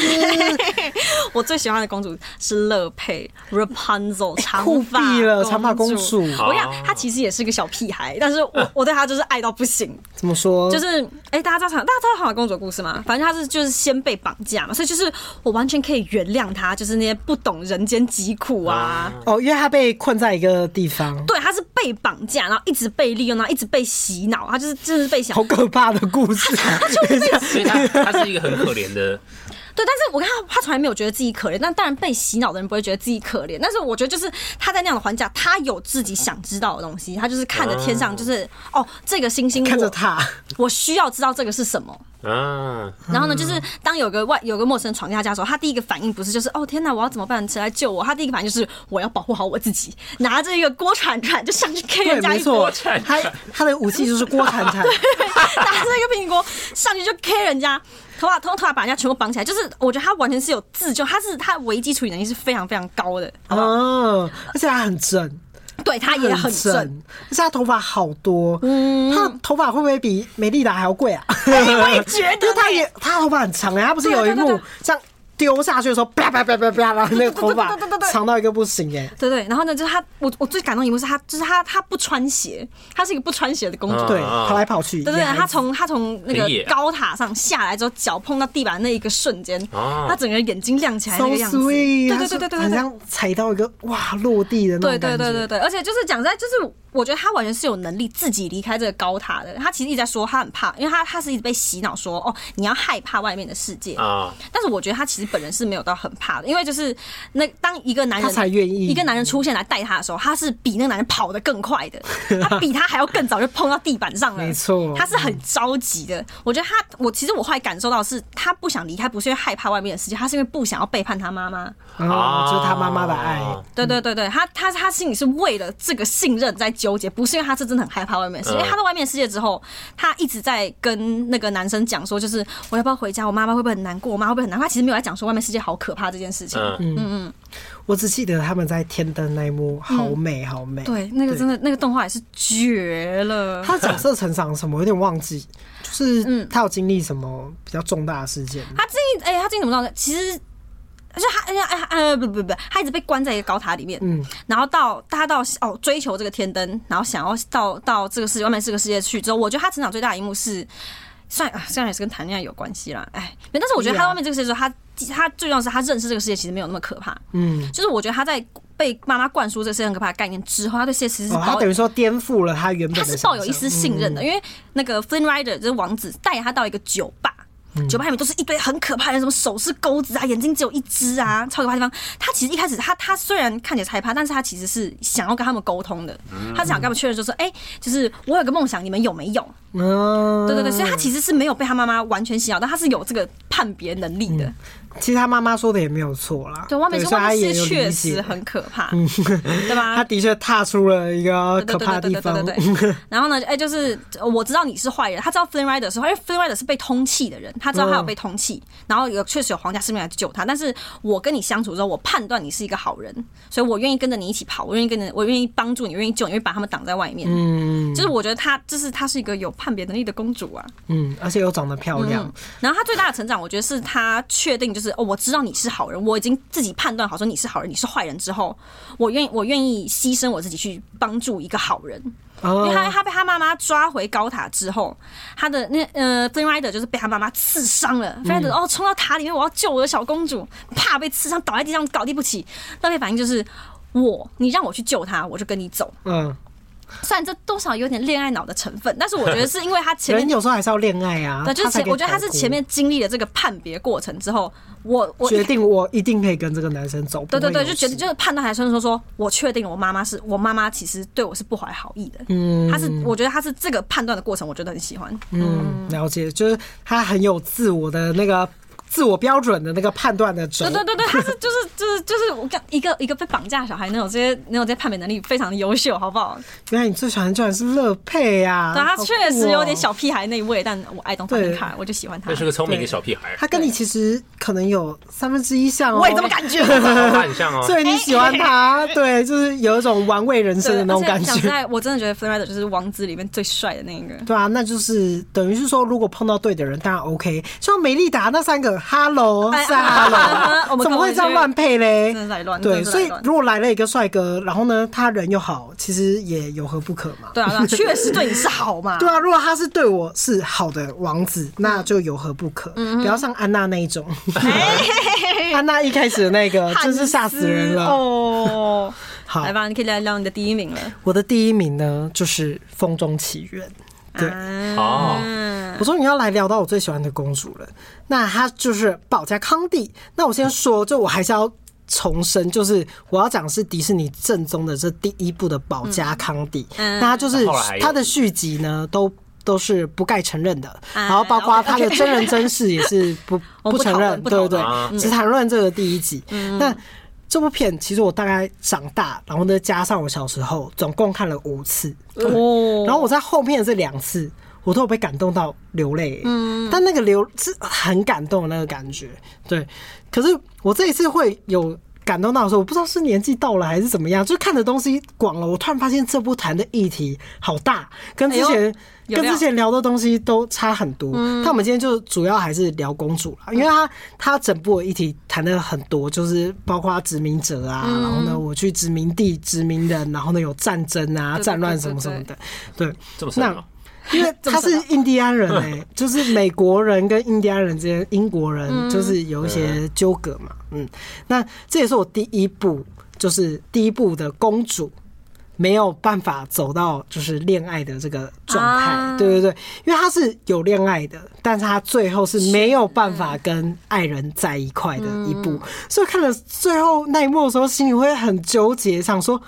[SPEAKER 3] 我最喜欢的公主是乐佩 Rapunzel 长
[SPEAKER 1] 哎酷
[SPEAKER 3] 发
[SPEAKER 1] 毙了长发公主
[SPEAKER 3] 我想她其实也是个小屁孩，但是我我对她就是爱到不行。
[SPEAKER 1] 怎么说？
[SPEAKER 3] 就是哎、大家知道长大家知道长发公主的故事吗？反正她是就是先被绑架嘛，所以就是我完全可以原谅她，就是那些不懂人间疾苦啊。
[SPEAKER 1] 哦，因为她被困在一个地
[SPEAKER 3] [laughs]
[SPEAKER 1] 方，
[SPEAKER 3] 对，她是被绑架，然后一直被利用，然后一直被洗脑，她就是真的是被想
[SPEAKER 1] 好可怕的故事。等一下
[SPEAKER 2] 所以他他是一个很可怜的， [laughs]
[SPEAKER 3] 对，但是我看他，他从来没有觉得自己可怜。但当然，被洗脑的人不会觉得自己可怜。但是我觉得，就是他在那样的环境下，他有自己想知道的东西。他就是看着天上，就是哦，这个星星
[SPEAKER 1] [laughs]
[SPEAKER 3] 我，
[SPEAKER 1] 看着他，
[SPEAKER 3] 我需要知道这个是什么。
[SPEAKER 2] 啊，
[SPEAKER 3] 然后呢，就是
[SPEAKER 1] 嗯
[SPEAKER 3] 当有个外有个陌生人闯进他家的时候，他第一个反应不是就是哦天哪，我要怎么办？谁来救我？他第一个反应就是我要保护好我自己，拿着一个锅铲铲就上去 K
[SPEAKER 1] 对，
[SPEAKER 3] 人家
[SPEAKER 1] 没
[SPEAKER 3] 一
[SPEAKER 1] 错，
[SPEAKER 3] 锅铲，啊
[SPEAKER 1] 他他的武器就是锅铲
[SPEAKER 3] [laughs]
[SPEAKER 1] 铲，
[SPEAKER 3] 拿着一个苹果上去就 K 人家，头发头头发把人家全部绑起来，就是我觉得他完全是有自救，他是他危机处理能力是非常非常高的，好不好？
[SPEAKER 1] 嗯，而且他很正，
[SPEAKER 3] 对他也很
[SPEAKER 1] 正
[SPEAKER 3] 正。，
[SPEAKER 1] 而且他头发好多，嗯，他的头发会不会比美丽达还要贵啊？
[SPEAKER 3] 哎我也觉得
[SPEAKER 1] 因为他也他头发很长哎，他不是有一
[SPEAKER 3] 对对对啊
[SPEAKER 1] 幕
[SPEAKER 3] 对
[SPEAKER 1] 这样丢下去的时候，啪啪啪啪啪，然后那个头发
[SPEAKER 3] 对对对对对对
[SPEAKER 1] 长到一个不行哎，
[SPEAKER 3] 对对，然后呢，就是他，我我最感动的一幕是他，就是他，他不穿鞋，他是一个不穿鞋的公主。
[SPEAKER 2] 嗯
[SPEAKER 1] 对，
[SPEAKER 2] 啊
[SPEAKER 1] 跑来跑去，
[SPEAKER 3] 对对，他从他从那个
[SPEAKER 2] 很野
[SPEAKER 3] 高塔上下来之后，脚碰到地板那一个瞬间，
[SPEAKER 2] 哦
[SPEAKER 3] 他整个人眼睛亮起来
[SPEAKER 1] so
[SPEAKER 3] 那个样子。对
[SPEAKER 1] sweet，
[SPEAKER 3] 对对对对
[SPEAKER 1] 好
[SPEAKER 3] 对，
[SPEAKER 1] 像踩到一个哇落地的那
[SPEAKER 3] 对
[SPEAKER 1] 种
[SPEAKER 3] 对
[SPEAKER 1] 感
[SPEAKER 3] 对对
[SPEAKER 1] 觉。
[SPEAKER 3] 对，而且就是讲实在，就是我觉得他完全是有能力自己离开这个高塔的。他其实一直在说他很怕，因为他他是一直被洗脑说哦，你要害怕外面的世界。
[SPEAKER 2] 啊，
[SPEAKER 3] 但是我觉得他其实本人是没有到很怕的，因为就是那当一个男人
[SPEAKER 1] 他才愿意
[SPEAKER 3] 一个男人出现来带他的时候，他是比那个男人跑得更
[SPEAKER 1] [laughs]
[SPEAKER 3] 快的，他比他还要更早就碰到地板上了，
[SPEAKER 1] 没错
[SPEAKER 3] 他是很着急的。我觉得他，我其实我后来感受到是他不想离开，不是因为害怕外面的世界，他是因为不想要背叛他妈妈。
[SPEAKER 2] 啊
[SPEAKER 1] 哦，就是他妈妈的爱，
[SPEAKER 2] 嗯
[SPEAKER 3] 对对对对，他他他心里是为了这个信任在纠结，不是因为他是真的很害怕外面的世界，
[SPEAKER 2] 嗯
[SPEAKER 3] 因为他在外面的世界之后，他一直在跟那个男生讲说，就是我要不要回家，我妈妈会不会很难过，我妈会不会很难过，他其实没有在讲说外面世界好可怕这件事情。
[SPEAKER 2] 嗯，
[SPEAKER 1] 我只记得他们在天灯那一幕，好美，好美。
[SPEAKER 3] 对，那个真的那个动画也是绝了。
[SPEAKER 1] 他的角色成长什么，有点忘记，就是他有经历什么比较重大的事件。
[SPEAKER 3] 他最近哎，他最近怎么着呢？其实。就他，哎呀，哎呀，呃，不不不，他一直被关在一个高塔里面，嗯，然后到他到哦追求这个天灯，然后想要到到这个世界外面这个世界去之后，我觉得他成长最大的一幕是，算啊，虽然也是跟谈恋爱有关系啦，哎，没但是我觉得他
[SPEAKER 1] 对啊
[SPEAKER 3] 外面这个世界的时候，他他最重要的是他认识这个世界其实没有那么可怕，
[SPEAKER 1] 嗯，
[SPEAKER 3] 就是我觉得他在被妈妈灌输这个世界很可怕的概念之后，他对世界其实是
[SPEAKER 1] 哦，他
[SPEAKER 3] 抱
[SPEAKER 1] 等于说颠覆了他原本
[SPEAKER 3] 他
[SPEAKER 1] 的
[SPEAKER 3] 是
[SPEAKER 1] 想象。
[SPEAKER 3] 抱有一丝信任
[SPEAKER 1] 嗯
[SPEAKER 3] 的，因为那个 Flynn Rider 就是王子带他到一个酒吧。
[SPEAKER 1] 嗯
[SPEAKER 3] 酒吧里面都是一堆很可怕的人，什么手是钩子啊，眼睛只有一只啊，超可怕的地方。他其实一开始他他虽然看起来害怕，但是他其实是想要跟他们沟通的，
[SPEAKER 1] 嗯
[SPEAKER 3] 他是想跟他们确认，就说，哎、就是我有个梦想，你们有没有？
[SPEAKER 1] 嗯，
[SPEAKER 3] 对对对，所以他其实是没有被他妈妈完全洗脑，但他是有这个判别能力的。
[SPEAKER 1] 其实他妈妈说的也没有错啦，
[SPEAKER 3] 对，完
[SPEAKER 1] 嗯
[SPEAKER 3] 美
[SPEAKER 1] 对
[SPEAKER 3] 说
[SPEAKER 1] 所以
[SPEAKER 3] 话
[SPEAKER 1] 他
[SPEAKER 3] 是
[SPEAKER 1] 也有理
[SPEAKER 3] 确
[SPEAKER 1] 解嗯
[SPEAKER 3] 实很可怕，对吧？
[SPEAKER 1] 他的确踏出了一个呃可怕的地方。
[SPEAKER 3] 对对对对对
[SPEAKER 1] [laughs]
[SPEAKER 3] 对对然后呢，哎、就是呃我知道你是坏人，他知道 Flynn Rider 是坏人，因为 Flynn Rider 是被通气的人，他知道他有被通气，
[SPEAKER 1] 嗯
[SPEAKER 3] 然后有确实有皇家士兵来救他。但是我跟你相处之后，我判断你是一个好人，所以我愿意跟着你一起跑，我愿意跟着，我愿意帮助你，愿意救你，愿意把他们挡在外面。嗯，就是我觉得她，就是她是一个有判别能力的公主啊。
[SPEAKER 1] 嗯，而且又长得漂亮。
[SPEAKER 3] 嗯，然后她最大的成长，我觉得是她确定就是哦，我知道你是好人，我已经自己判断好说你是好人，你是坏人之后，我愿意我愿意牺牲我自己去帮助一个好人。嗯因为他
[SPEAKER 1] 哦，
[SPEAKER 3] 他被他妈妈抓回高塔之后，他的那呃 f l i n Rider 就是被他妈妈刺伤了。f l i
[SPEAKER 1] 嗯
[SPEAKER 3] n Rider 哦冲到塔里面，我要救我的小公主，怕被刺伤倒在地上倒地不起。那边反应就是我，你让我去救她，我就跟你走。
[SPEAKER 1] 嗯，
[SPEAKER 3] 虽然这多少有点恋爱脑的成分，但是我觉得是因为他前面
[SPEAKER 1] 人有时候还是要恋爱啊。
[SPEAKER 3] 对，就
[SPEAKER 1] 他
[SPEAKER 3] 是
[SPEAKER 1] 才
[SPEAKER 3] 前
[SPEAKER 1] 可以
[SPEAKER 3] 我觉得他是
[SPEAKER 1] 考古
[SPEAKER 3] 前面经历了这个判别过程之后，我我
[SPEAKER 1] 决定我一定可以跟这个男生走。
[SPEAKER 3] 对对
[SPEAKER 1] 不会有
[SPEAKER 3] 对，就觉得
[SPEAKER 1] 事
[SPEAKER 3] 就是判断还算说说，我确定我妈妈是我妈妈，其实对我是不怀好意的。嗯，他是我觉得他是这个判断的过程，我觉得很喜欢。
[SPEAKER 1] 嗯，了解，就是他很有自我的那个自我标准的那个判断的轴
[SPEAKER 3] 对。对对对，他是就是 [laughs] 就是就是我刚一个一个被绑架的小孩那种这些那种这些判别能力非常的优秀，好不好？
[SPEAKER 1] 原来你最喜欢的居然是乐佩啊！
[SPEAKER 3] 对，他
[SPEAKER 1] 好酷哦
[SPEAKER 3] 确实有点。小屁孩那一位，但我爱懂他
[SPEAKER 1] 对
[SPEAKER 3] 很卡，我就喜欢他
[SPEAKER 2] 那。是个聪明的小屁孩，
[SPEAKER 1] 他跟你其实可能有三分之一像哦。
[SPEAKER 3] 我也这么感觉。
[SPEAKER 2] 他很像哦。
[SPEAKER 1] 所以你喜欢他，对，就是有一种玩味人生的那种
[SPEAKER 3] 哎对而
[SPEAKER 1] 感
[SPEAKER 3] 且讲实
[SPEAKER 1] 觉。
[SPEAKER 3] 在，我真的觉得 f l i d e r 就是王子里面最帅的那一个。
[SPEAKER 1] 对啊，那就是等于是说，如果碰到对的人，当然 OK。像美丽达那三个，Hello
[SPEAKER 3] 哎
[SPEAKER 1] 是
[SPEAKER 3] 啊啊啊
[SPEAKER 1] Hello，
[SPEAKER 3] 我们
[SPEAKER 1] 怎么会这样乱配嘞
[SPEAKER 3] 真的？是来乱，
[SPEAKER 1] 对，
[SPEAKER 3] 真的
[SPEAKER 1] 所
[SPEAKER 3] 是来
[SPEAKER 1] 以
[SPEAKER 3] 乱
[SPEAKER 1] 如果来了一个帅哥，然后呢，他人又好，其实也有何不可嘛？
[SPEAKER 3] 对啊，对啊，确实对你是好
[SPEAKER 1] [laughs]
[SPEAKER 3] 嘛。
[SPEAKER 1] 对啊，如果他是对我是好的王子，
[SPEAKER 3] 嗯
[SPEAKER 1] 那就有何不可？不要像安娜那一种，[laughs]
[SPEAKER 3] 嗯
[SPEAKER 1] 安娜一开始的那
[SPEAKER 3] [laughs]
[SPEAKER 1] 个
[SPEAKER 3] 汉
[SPEAKER 1] 啊真
[SPEAKER 3] 斯
[SPEAKER 1] 是吓死人
[SPEAKER 3] [laughs]
[SPEAKER 1] 了。
[SPEAKER 3] 哦！
[SPEAKER 1] [laughs] 好
[SPEAKER 3] 来，吧，你可以来聊你的第一名了。
[SPEAKER 1] 我的第一名呢就是《风中奇缘》。对，嗯
[SPEAKER 3] 嗯
[SPEAKER 2] 哦
[SPEAKER 1] 我终于要来聊到我最喜欢的公主了。那她就是保加康帝。那我先说，就我还是要重申，就是我要讲的是迪士尼正宗的这第一部的保加康帝。
[SPEAKER 3] 嗯
[SPEAKER 1] 那它就是
[SPEAKER 2] 后来还有
[SPEAKER 1] 它的续集呢，都。都是不盖承认的，
[SPEAKER 3] 哎
[SPEAKER 1] 然后包括他的
[SPEAKER 3] OK，OK
[SPEAKER 1] 真人真事也是不
[SPEAKER 3] [laughs] 我
[SPEAKER 1] 不
[SPEAKER 3] 们不
[SPEAKER 1] 承
[SPEAKER 3] 讨论
[SPEAKER 1] 认，
[SPEAKER 3] 不
[SPEAKER 1] 对
[SPEAKER 3] 讨
[SPEAKER 1] 对
[SPEAKER 3] 论嗯
[SPEAKER 1] 对
[SPEAKER 2] 啊，
[SPEAKER 1] 只谈论这个第一集。那这部片其实我大概长大，然后呢加上我小时候，总共看了五次。
[SPEAKER 3] 哦
[SPEAKER 1] 然后我在后面的这两次，我都有被感动到流泪、嗯，但那个流是很感动的那个感觉，对。可是我这一次会有感动到的时候，我不知道是年纪到了还是怎么样，就看的东西广了，我突然发现这部谈的议题好大，跟之
[SPEAKER 3] 哎
[SPEAKER 1] 前、
[SPEAKER 3] 有
[SPEAKER 1] 跟
[SPEAKER 3] 料嗯
[SPEAKER 1] 之前聊的东西都差很多。但我们今天就主要还是聊公主啦，因为她她整部的议题谈的很多，就是包括殖民者啊，
[SPEAKER 3] 嗯
[SPEAKER 1] 然后呢我去殖民地殖民人，然后呢有战争啊、
[SPEAKER 3] 对
[SPEAKER 1] 战乱
[SPEAKER 3] 对
[SPEAKER 1] 什么
[SPEAKER 3] 对
[SPEAKER 1] 什么
[SPEAKER 3] 对
[SPEAKER 1] 的。对，
[SPEAKER 2] 这么深
[SPEAKER 1] 那
[SPEAKER 2] 哦
[SPEAKER 1] 因为 [laughs] 他是印第安人哎、就是美国人跟印第安人之间，英国人就是有一些纠葛嘛，嗯，那这也是我第一部，就是第一部的公主。没有办法走到就是恋爱的这个状态，
[SPEAKER 3] 啊
[SPEAKER 1] 对对对，因为她是有恋爱的，但是她最后是嗯没有办法跟爱人在一块的一步，所以看了最后那一幕的时候，心里会很纠结，想说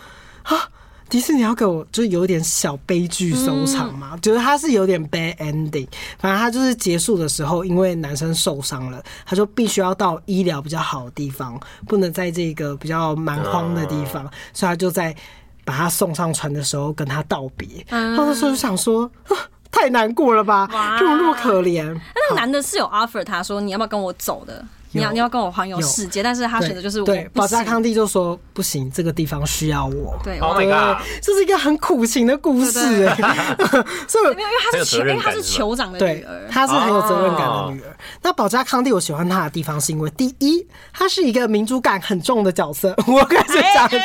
[SPEAKER 1] 啊，迪士尼要给我就是有点小悲剧收场嘛，就是它是有点 bad ending。反正它就是结束的时候，因为男生受伤了，他就必须要到医疗比较好的地方，不能在这个比较蛮荒的地
[SPEAKER 3] 啊
[SPEAKER 1] 方，所以他就在把他送上船的时候跟他道别。然后那时候就想说，啊太难过了吧，
[SPEAKER 3] 哇
[SPEAKER 1] 这么那么可怜。
[SPEAKER 3] 那个男的是有 offer 他说你要不要跟我走的，你要
[SPEAKER 1] 有
[SPEAKER 3] 你要跟我环游
[SPEAKER 1] 有
[SPEAKER 3] 世界，但是他选择就是我
[SPEAKER 1] 对，
[SPEAKER 3] 不
[SPEAKER 1] 保加
[SPEAKER 3] 行
[SPEAKER 1] 康帝就说不行，这个地方需要我。
[SPEAKER 3] 对，
[SPEAKER 2] ，Oh
[SPEAKER 3] 我
[SPEAKER 2] my god！
[SPEAKER 1] 对，这是一个很苦情的故事、
[SPEAKER 3] 对
[SPEAKER 1] 哎， [laughs] 所以我
[SPEAKER 3] 没有，因为他
[SPEAKER 2] 很有
[SPEAKER 3] 是
[SPEAKER 2] 责
[SPEAKER 3] 酋，
[SPEAKER 2] 任
[SPEAKER 3] 因为他
[SPEAKER 2] 感
[SPEAKER 3] 是
[SPEAKER 2] 是吧
[SPEAKER 3] 酋长的女
[SPEAKER 1] 对
[SPEAKER 3] 儿，，
[SPEAKER 1] 她是很有责任感的女儿。那保加康帝，我喜欢她的地方是因为，第一，她是一个民族感很重的角色。我开始讲起，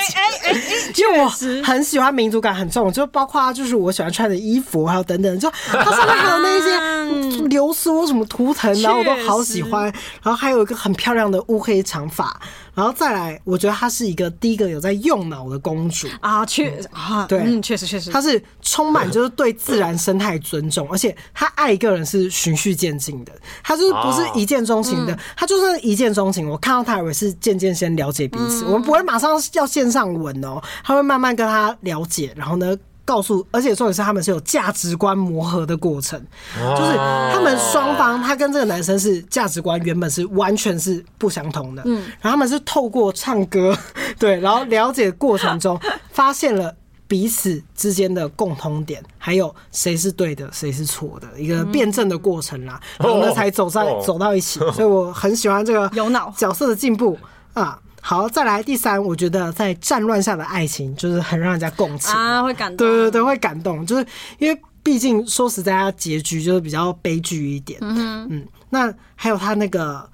[SPEAKER 1] 因为我很喜欢民族感很重，就包括就是我喜欢穿的衣服，还有等等，就它上面还有那些流苏什么图腾，然后我都好喜欢。然后还有一个很漂亮的乌黑长发，然后再来，我觉得她是一个第一个有在用脑的公主。
[SPEAKER 3] 啊，确啊，
[SPEAKER 1] 对
[SPEAKER 3] 嗯，确实确实，
[SPEAKER 1] 他是充满就是对自然生态尊重，而且他爱一个人是循序渐进的，他就是不是一见钟情的，他就算一见钟情，我看到他也是渐渐先了解彼此，我们不会马上要线上吻哦，他会慢慢跟他了解，然后呢。告诉，而且重点是他们是有价值观磨合的过程，
[SPEAKER 2] 哦
[SPEAKER 1] 就是他们双方，他跟这个男生是价值观原本是完全是不相同的，嗯，然后他们是透过唱歌， [laughs] 对，然后了解过程中发现了。彼此之间的共通点，还有谁是对的，谁是错的，一个辩证的过程啦，然后呢才走在
[SPEAKER 2] 哦
[SPEAKER 1] 走到一起。所以我很喜欢这个
[SPEAKER 3] 有脑
[SPEAKER 1] 角色的进步啊。好，再来第三，我觉得在战乱下的爱情就是很让人家共情
[SPEAKER 3] 啊，会感动。
[SPEAKER 1] 对对对，会感动，就是因为毕竟说实在，他结局就是比较悲剧一点。嗯那还有他那个。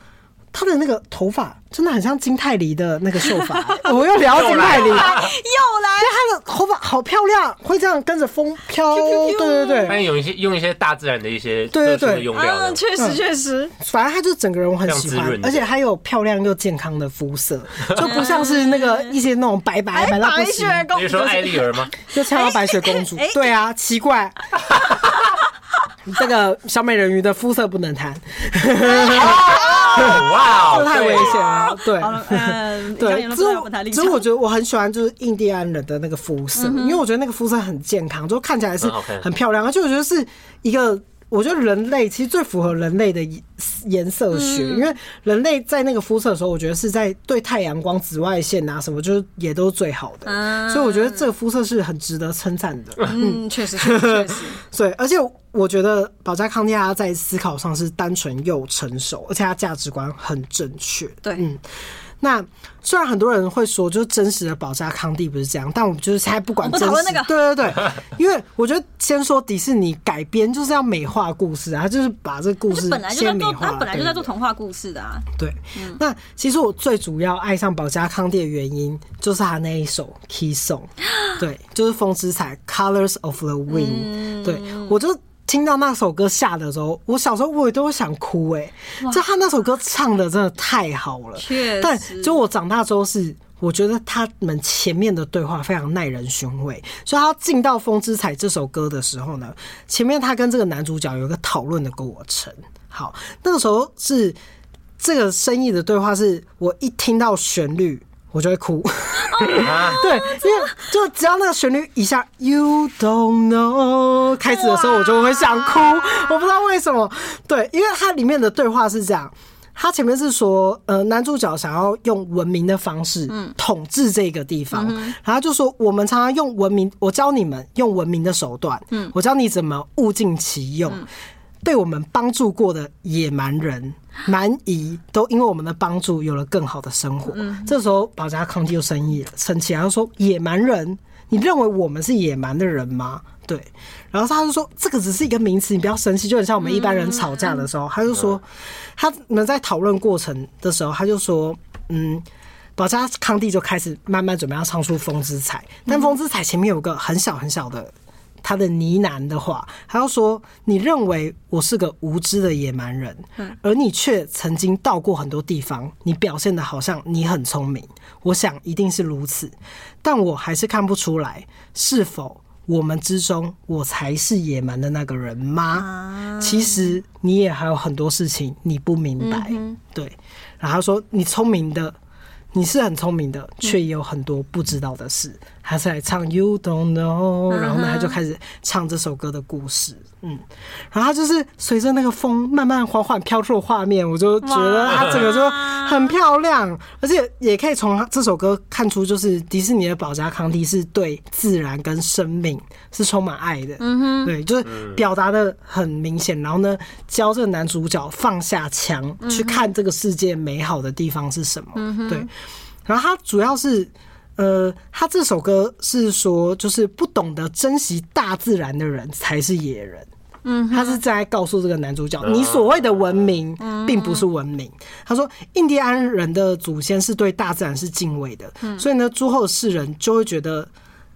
[SPEAKER 1] 他的那个头发真的很像金泰梨的那个秀发、
[SPEAKER 3] [laughs]
[SPEAKER 1] 我又聊金泰梨，
[SPEAKER 3] 又来
[SPEAKER 1] 但她的头发好漂亮，会这样跟着风飘。对对
[SPEAKER 2] 但
[SPEAKER 1] 对，
[SPEAKER 2] 有一些哎用一些大自然的一些
[SPEAKER 1] 对对对
[SPEAKER 2] 特殊的用料
[SPEAKER 3] 啊，
[SPEAKER 2] 的，
[SPEAKER 3] 确
[SPEAKER 1] 嗯
[SPEAKER 3] 实确实，
[SPEAKER 1] 反正她就整个人我很喜
[SPEAKER 2] 这样滋
[SPEAKER 1] 欢
[SPEAKER 2] 润，的
[SPEAKER 1] 而且她有漂亮又健康的肤色，就不像是那个一些那种白白白到不
[SPEAKER 3] 哎白雪哎
[SPEAKER 1] 行，
[SPEAKER 3] 公
[SPEAKER 2] 你是
[SPEAKER 3] 主
[SPEAKER 2] 说艾丽儿吗？
[SPEAKER 1] 就像到白雪公主。对啊，奇怪。 [laughs] 这个小美人鱼的肤色不能谈，
[SPEAKER 2] 哇
[SPEAKER 1] 这啊 [laughs]
[SPEAKER 2] [laughs] 哦，
[SPEAKER 1] 太危险了。对，
[SPEAKER 3] 啊
[SPEAKER 1] [laughs]
[SPEAKER 3] 好了，嗯，
[SPEAKER 1] 对，只
[SPEAKER 3] 只
[SPEAKER 1] 有
[SPEAKER 3] 我
[SPEAKER 1] 只有我觉得我很喜欢就是印第安人的那个肤色，因为我觉得那个肤色很健康，就看起来是
[SPEAKER 2] 很好看
[SPEAKER 1] 很漂亮，而且我觉得是一个。我觉得人类其实最符合人类的颜颜色学，因为人类在那个肤色的时候，我觉得是在对太阳光、紫外线啊什么，就是也都是最好的。
[SPEAKER 3] 嗯
[SPEAKER 1] 所以我觉得这个肤色是很值得称赞的。
[SPEAKER 3] 嗯，确实确实确
[SPEAKER 1] [laughs]
[SPEAKER 3] 实，
[SPEAKER 1] 对，而且我觉得保加康帝他在思考上是单纯又成熟，而且他价值观很正确。
[SPEAKER 3] 对
[SPEAKER 1] 嗯。那虽然很多人会说，就是真实的保加康帝不是这样，但我们就是才不管
[SPEAKER 3] 我们
[SPEAKER 1] 真
[SPEAKER 3] 讨
[SPEAKER 1] 实。
[SPEAKER 3] 论那个
[SPEAKER 1] 对对对，因为我觉得先说迪士尼改编就是要美化故事啊，他就是把这个故事
[SPEAKER 3] 本来就在
[SPEAKER 1] 先美
[SPEAKER 3] 做，
[SPEAKER 1] 化。
[SPEAKER 3] 他本来就
[SPEAKER 1] 对
[SPEAKER 3] 在做童话故事的啊，
[SPEAKER 1] 对，那其实我最主要爱上保加康帝的原因，就是他那一首 Key Song，对， [gasps] 就是《风之彩》（Colors of the Wind）、对
[SPEAKER 3] 嗯
[SPEAKER 1] 我就听到那首歌下的时候，我小时候我也都会想哭哎、就他那首歌唱的真的太好了。
[SPEAKER 3] 确
[SPEAKER 1] 但
[SPEAKER 3] 实，
[SPEAKER 1] 就我长大之后是，我觉得他们前面的对话非常耐人寻味，所以他进到《风之彩》这首歌的时候呢，前面他跟这个男主角有一个讨论的过程。好，那个时候是这个生意的对话是，我一听到旋律。我就会哭，对，因为就只要那个旋律一下 “You don't know” 开始的时候，我就会想哭，我不知道为什么。对，因为它里面的对话是这样，他前面是说，呃，男主角想要用文明的方式统治这个地方，然后他就说我们常常用文明，我教你们用文明的手段，我教你怎么物尽其用。对我们帮助过的野蛮人、蛮夷，都因为我们的帮助有了更好的生活。这时候，保加康帝就生气了，生气了，他说：“野蛮人，你认为我们是野蛮的人吗？”对，然后他就说：“这个只是一个名词，你不要生气。”就很像我们一般人吵架的时候，他就说，嗯他们在讨论过程的时候，他就说：“嗯。”保加康帝就开始慢慢准备要唱出《风之彩》，但《风之彩》前面有个很小很小的他的呢喃的话，他要说：“你认为我是个无知的野蛮人，而你却曾经到过很多地方，你表现的好像你很聪明。我想一定是如此，但我还是看不出来，是否我们之中我才是野蛮的那个人吗？其实你也还有很多事情你不明白。对，然后他说你聪明的。”你是很聪明的，却也有很多不知道的事。他是来唱 You Don't Know，然后呢，他就开始唱这首歌的故事。嗯，然后他就是随着那个风慢慢缓缓飘出的画面，我就觉得他整个就很漂亮，而且也可以从这首歌看出，就是迪士尼的保加康帝是对自然跟生命是充满爱的。嗯哼，对，就是表达的很明显。然后呢，教这个男主角放下枪，去看这个世界美好的地方是什么。对，然后他主要是。呃，他这首歌是说，就是不懂得珍惜大自然的人才是野人。他是在告诉这个男主角，你所谓的文明并不是文明。他说，印第安人的祖先是对大自然是敬畏的，所以呢，诸后世人就会觉得，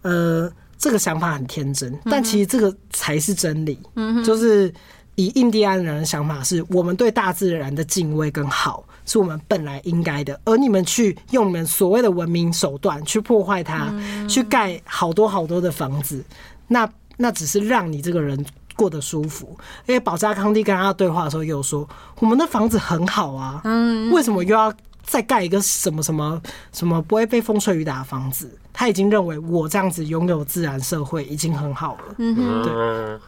[SPEAKER 1] 呃，这个想法很天真，但其实这个才是真理。就是以印第安人的想法是，我们对大自然的敬畏跟好，是我们本来应该的，而你们去用你们所谓的文明手段去破坏它，去盖好多好多的房子，那那只是让你这个人过得舒服。因为保加康帝跟他对话的时候也有说，我们的房子很好啊，为什么又要再盖一个什么什么什么不会被风吹雨打的房子，他已经认为我这样子拥有自然社会已经很好了。
[SPEAKER 2] 嗯，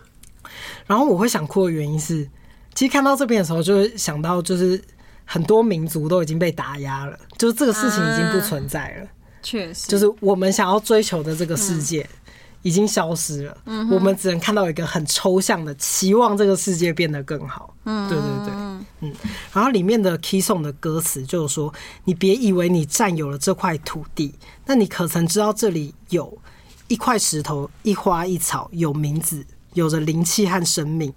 [SPEAKER 1] 然后我会想哭的原因是，其实看到这边的时候，就会想到就是很多民族都已经被打压了，就是这个事情已经不存在了，
[SPEAKER 3] 确实，
[SPEAKER 1] 就是嗯我们想要追求的这个世界。已经消失了，我们只能看到一个很抽象的期望，这个世界变得更好。嗯，对对对，嗯。然后里面的 Key Song 的歌词就是说：“你别以为你占有了这块土地，那你可曾知道这里有一块石头、一花一草，有名字，有着灵气和生命。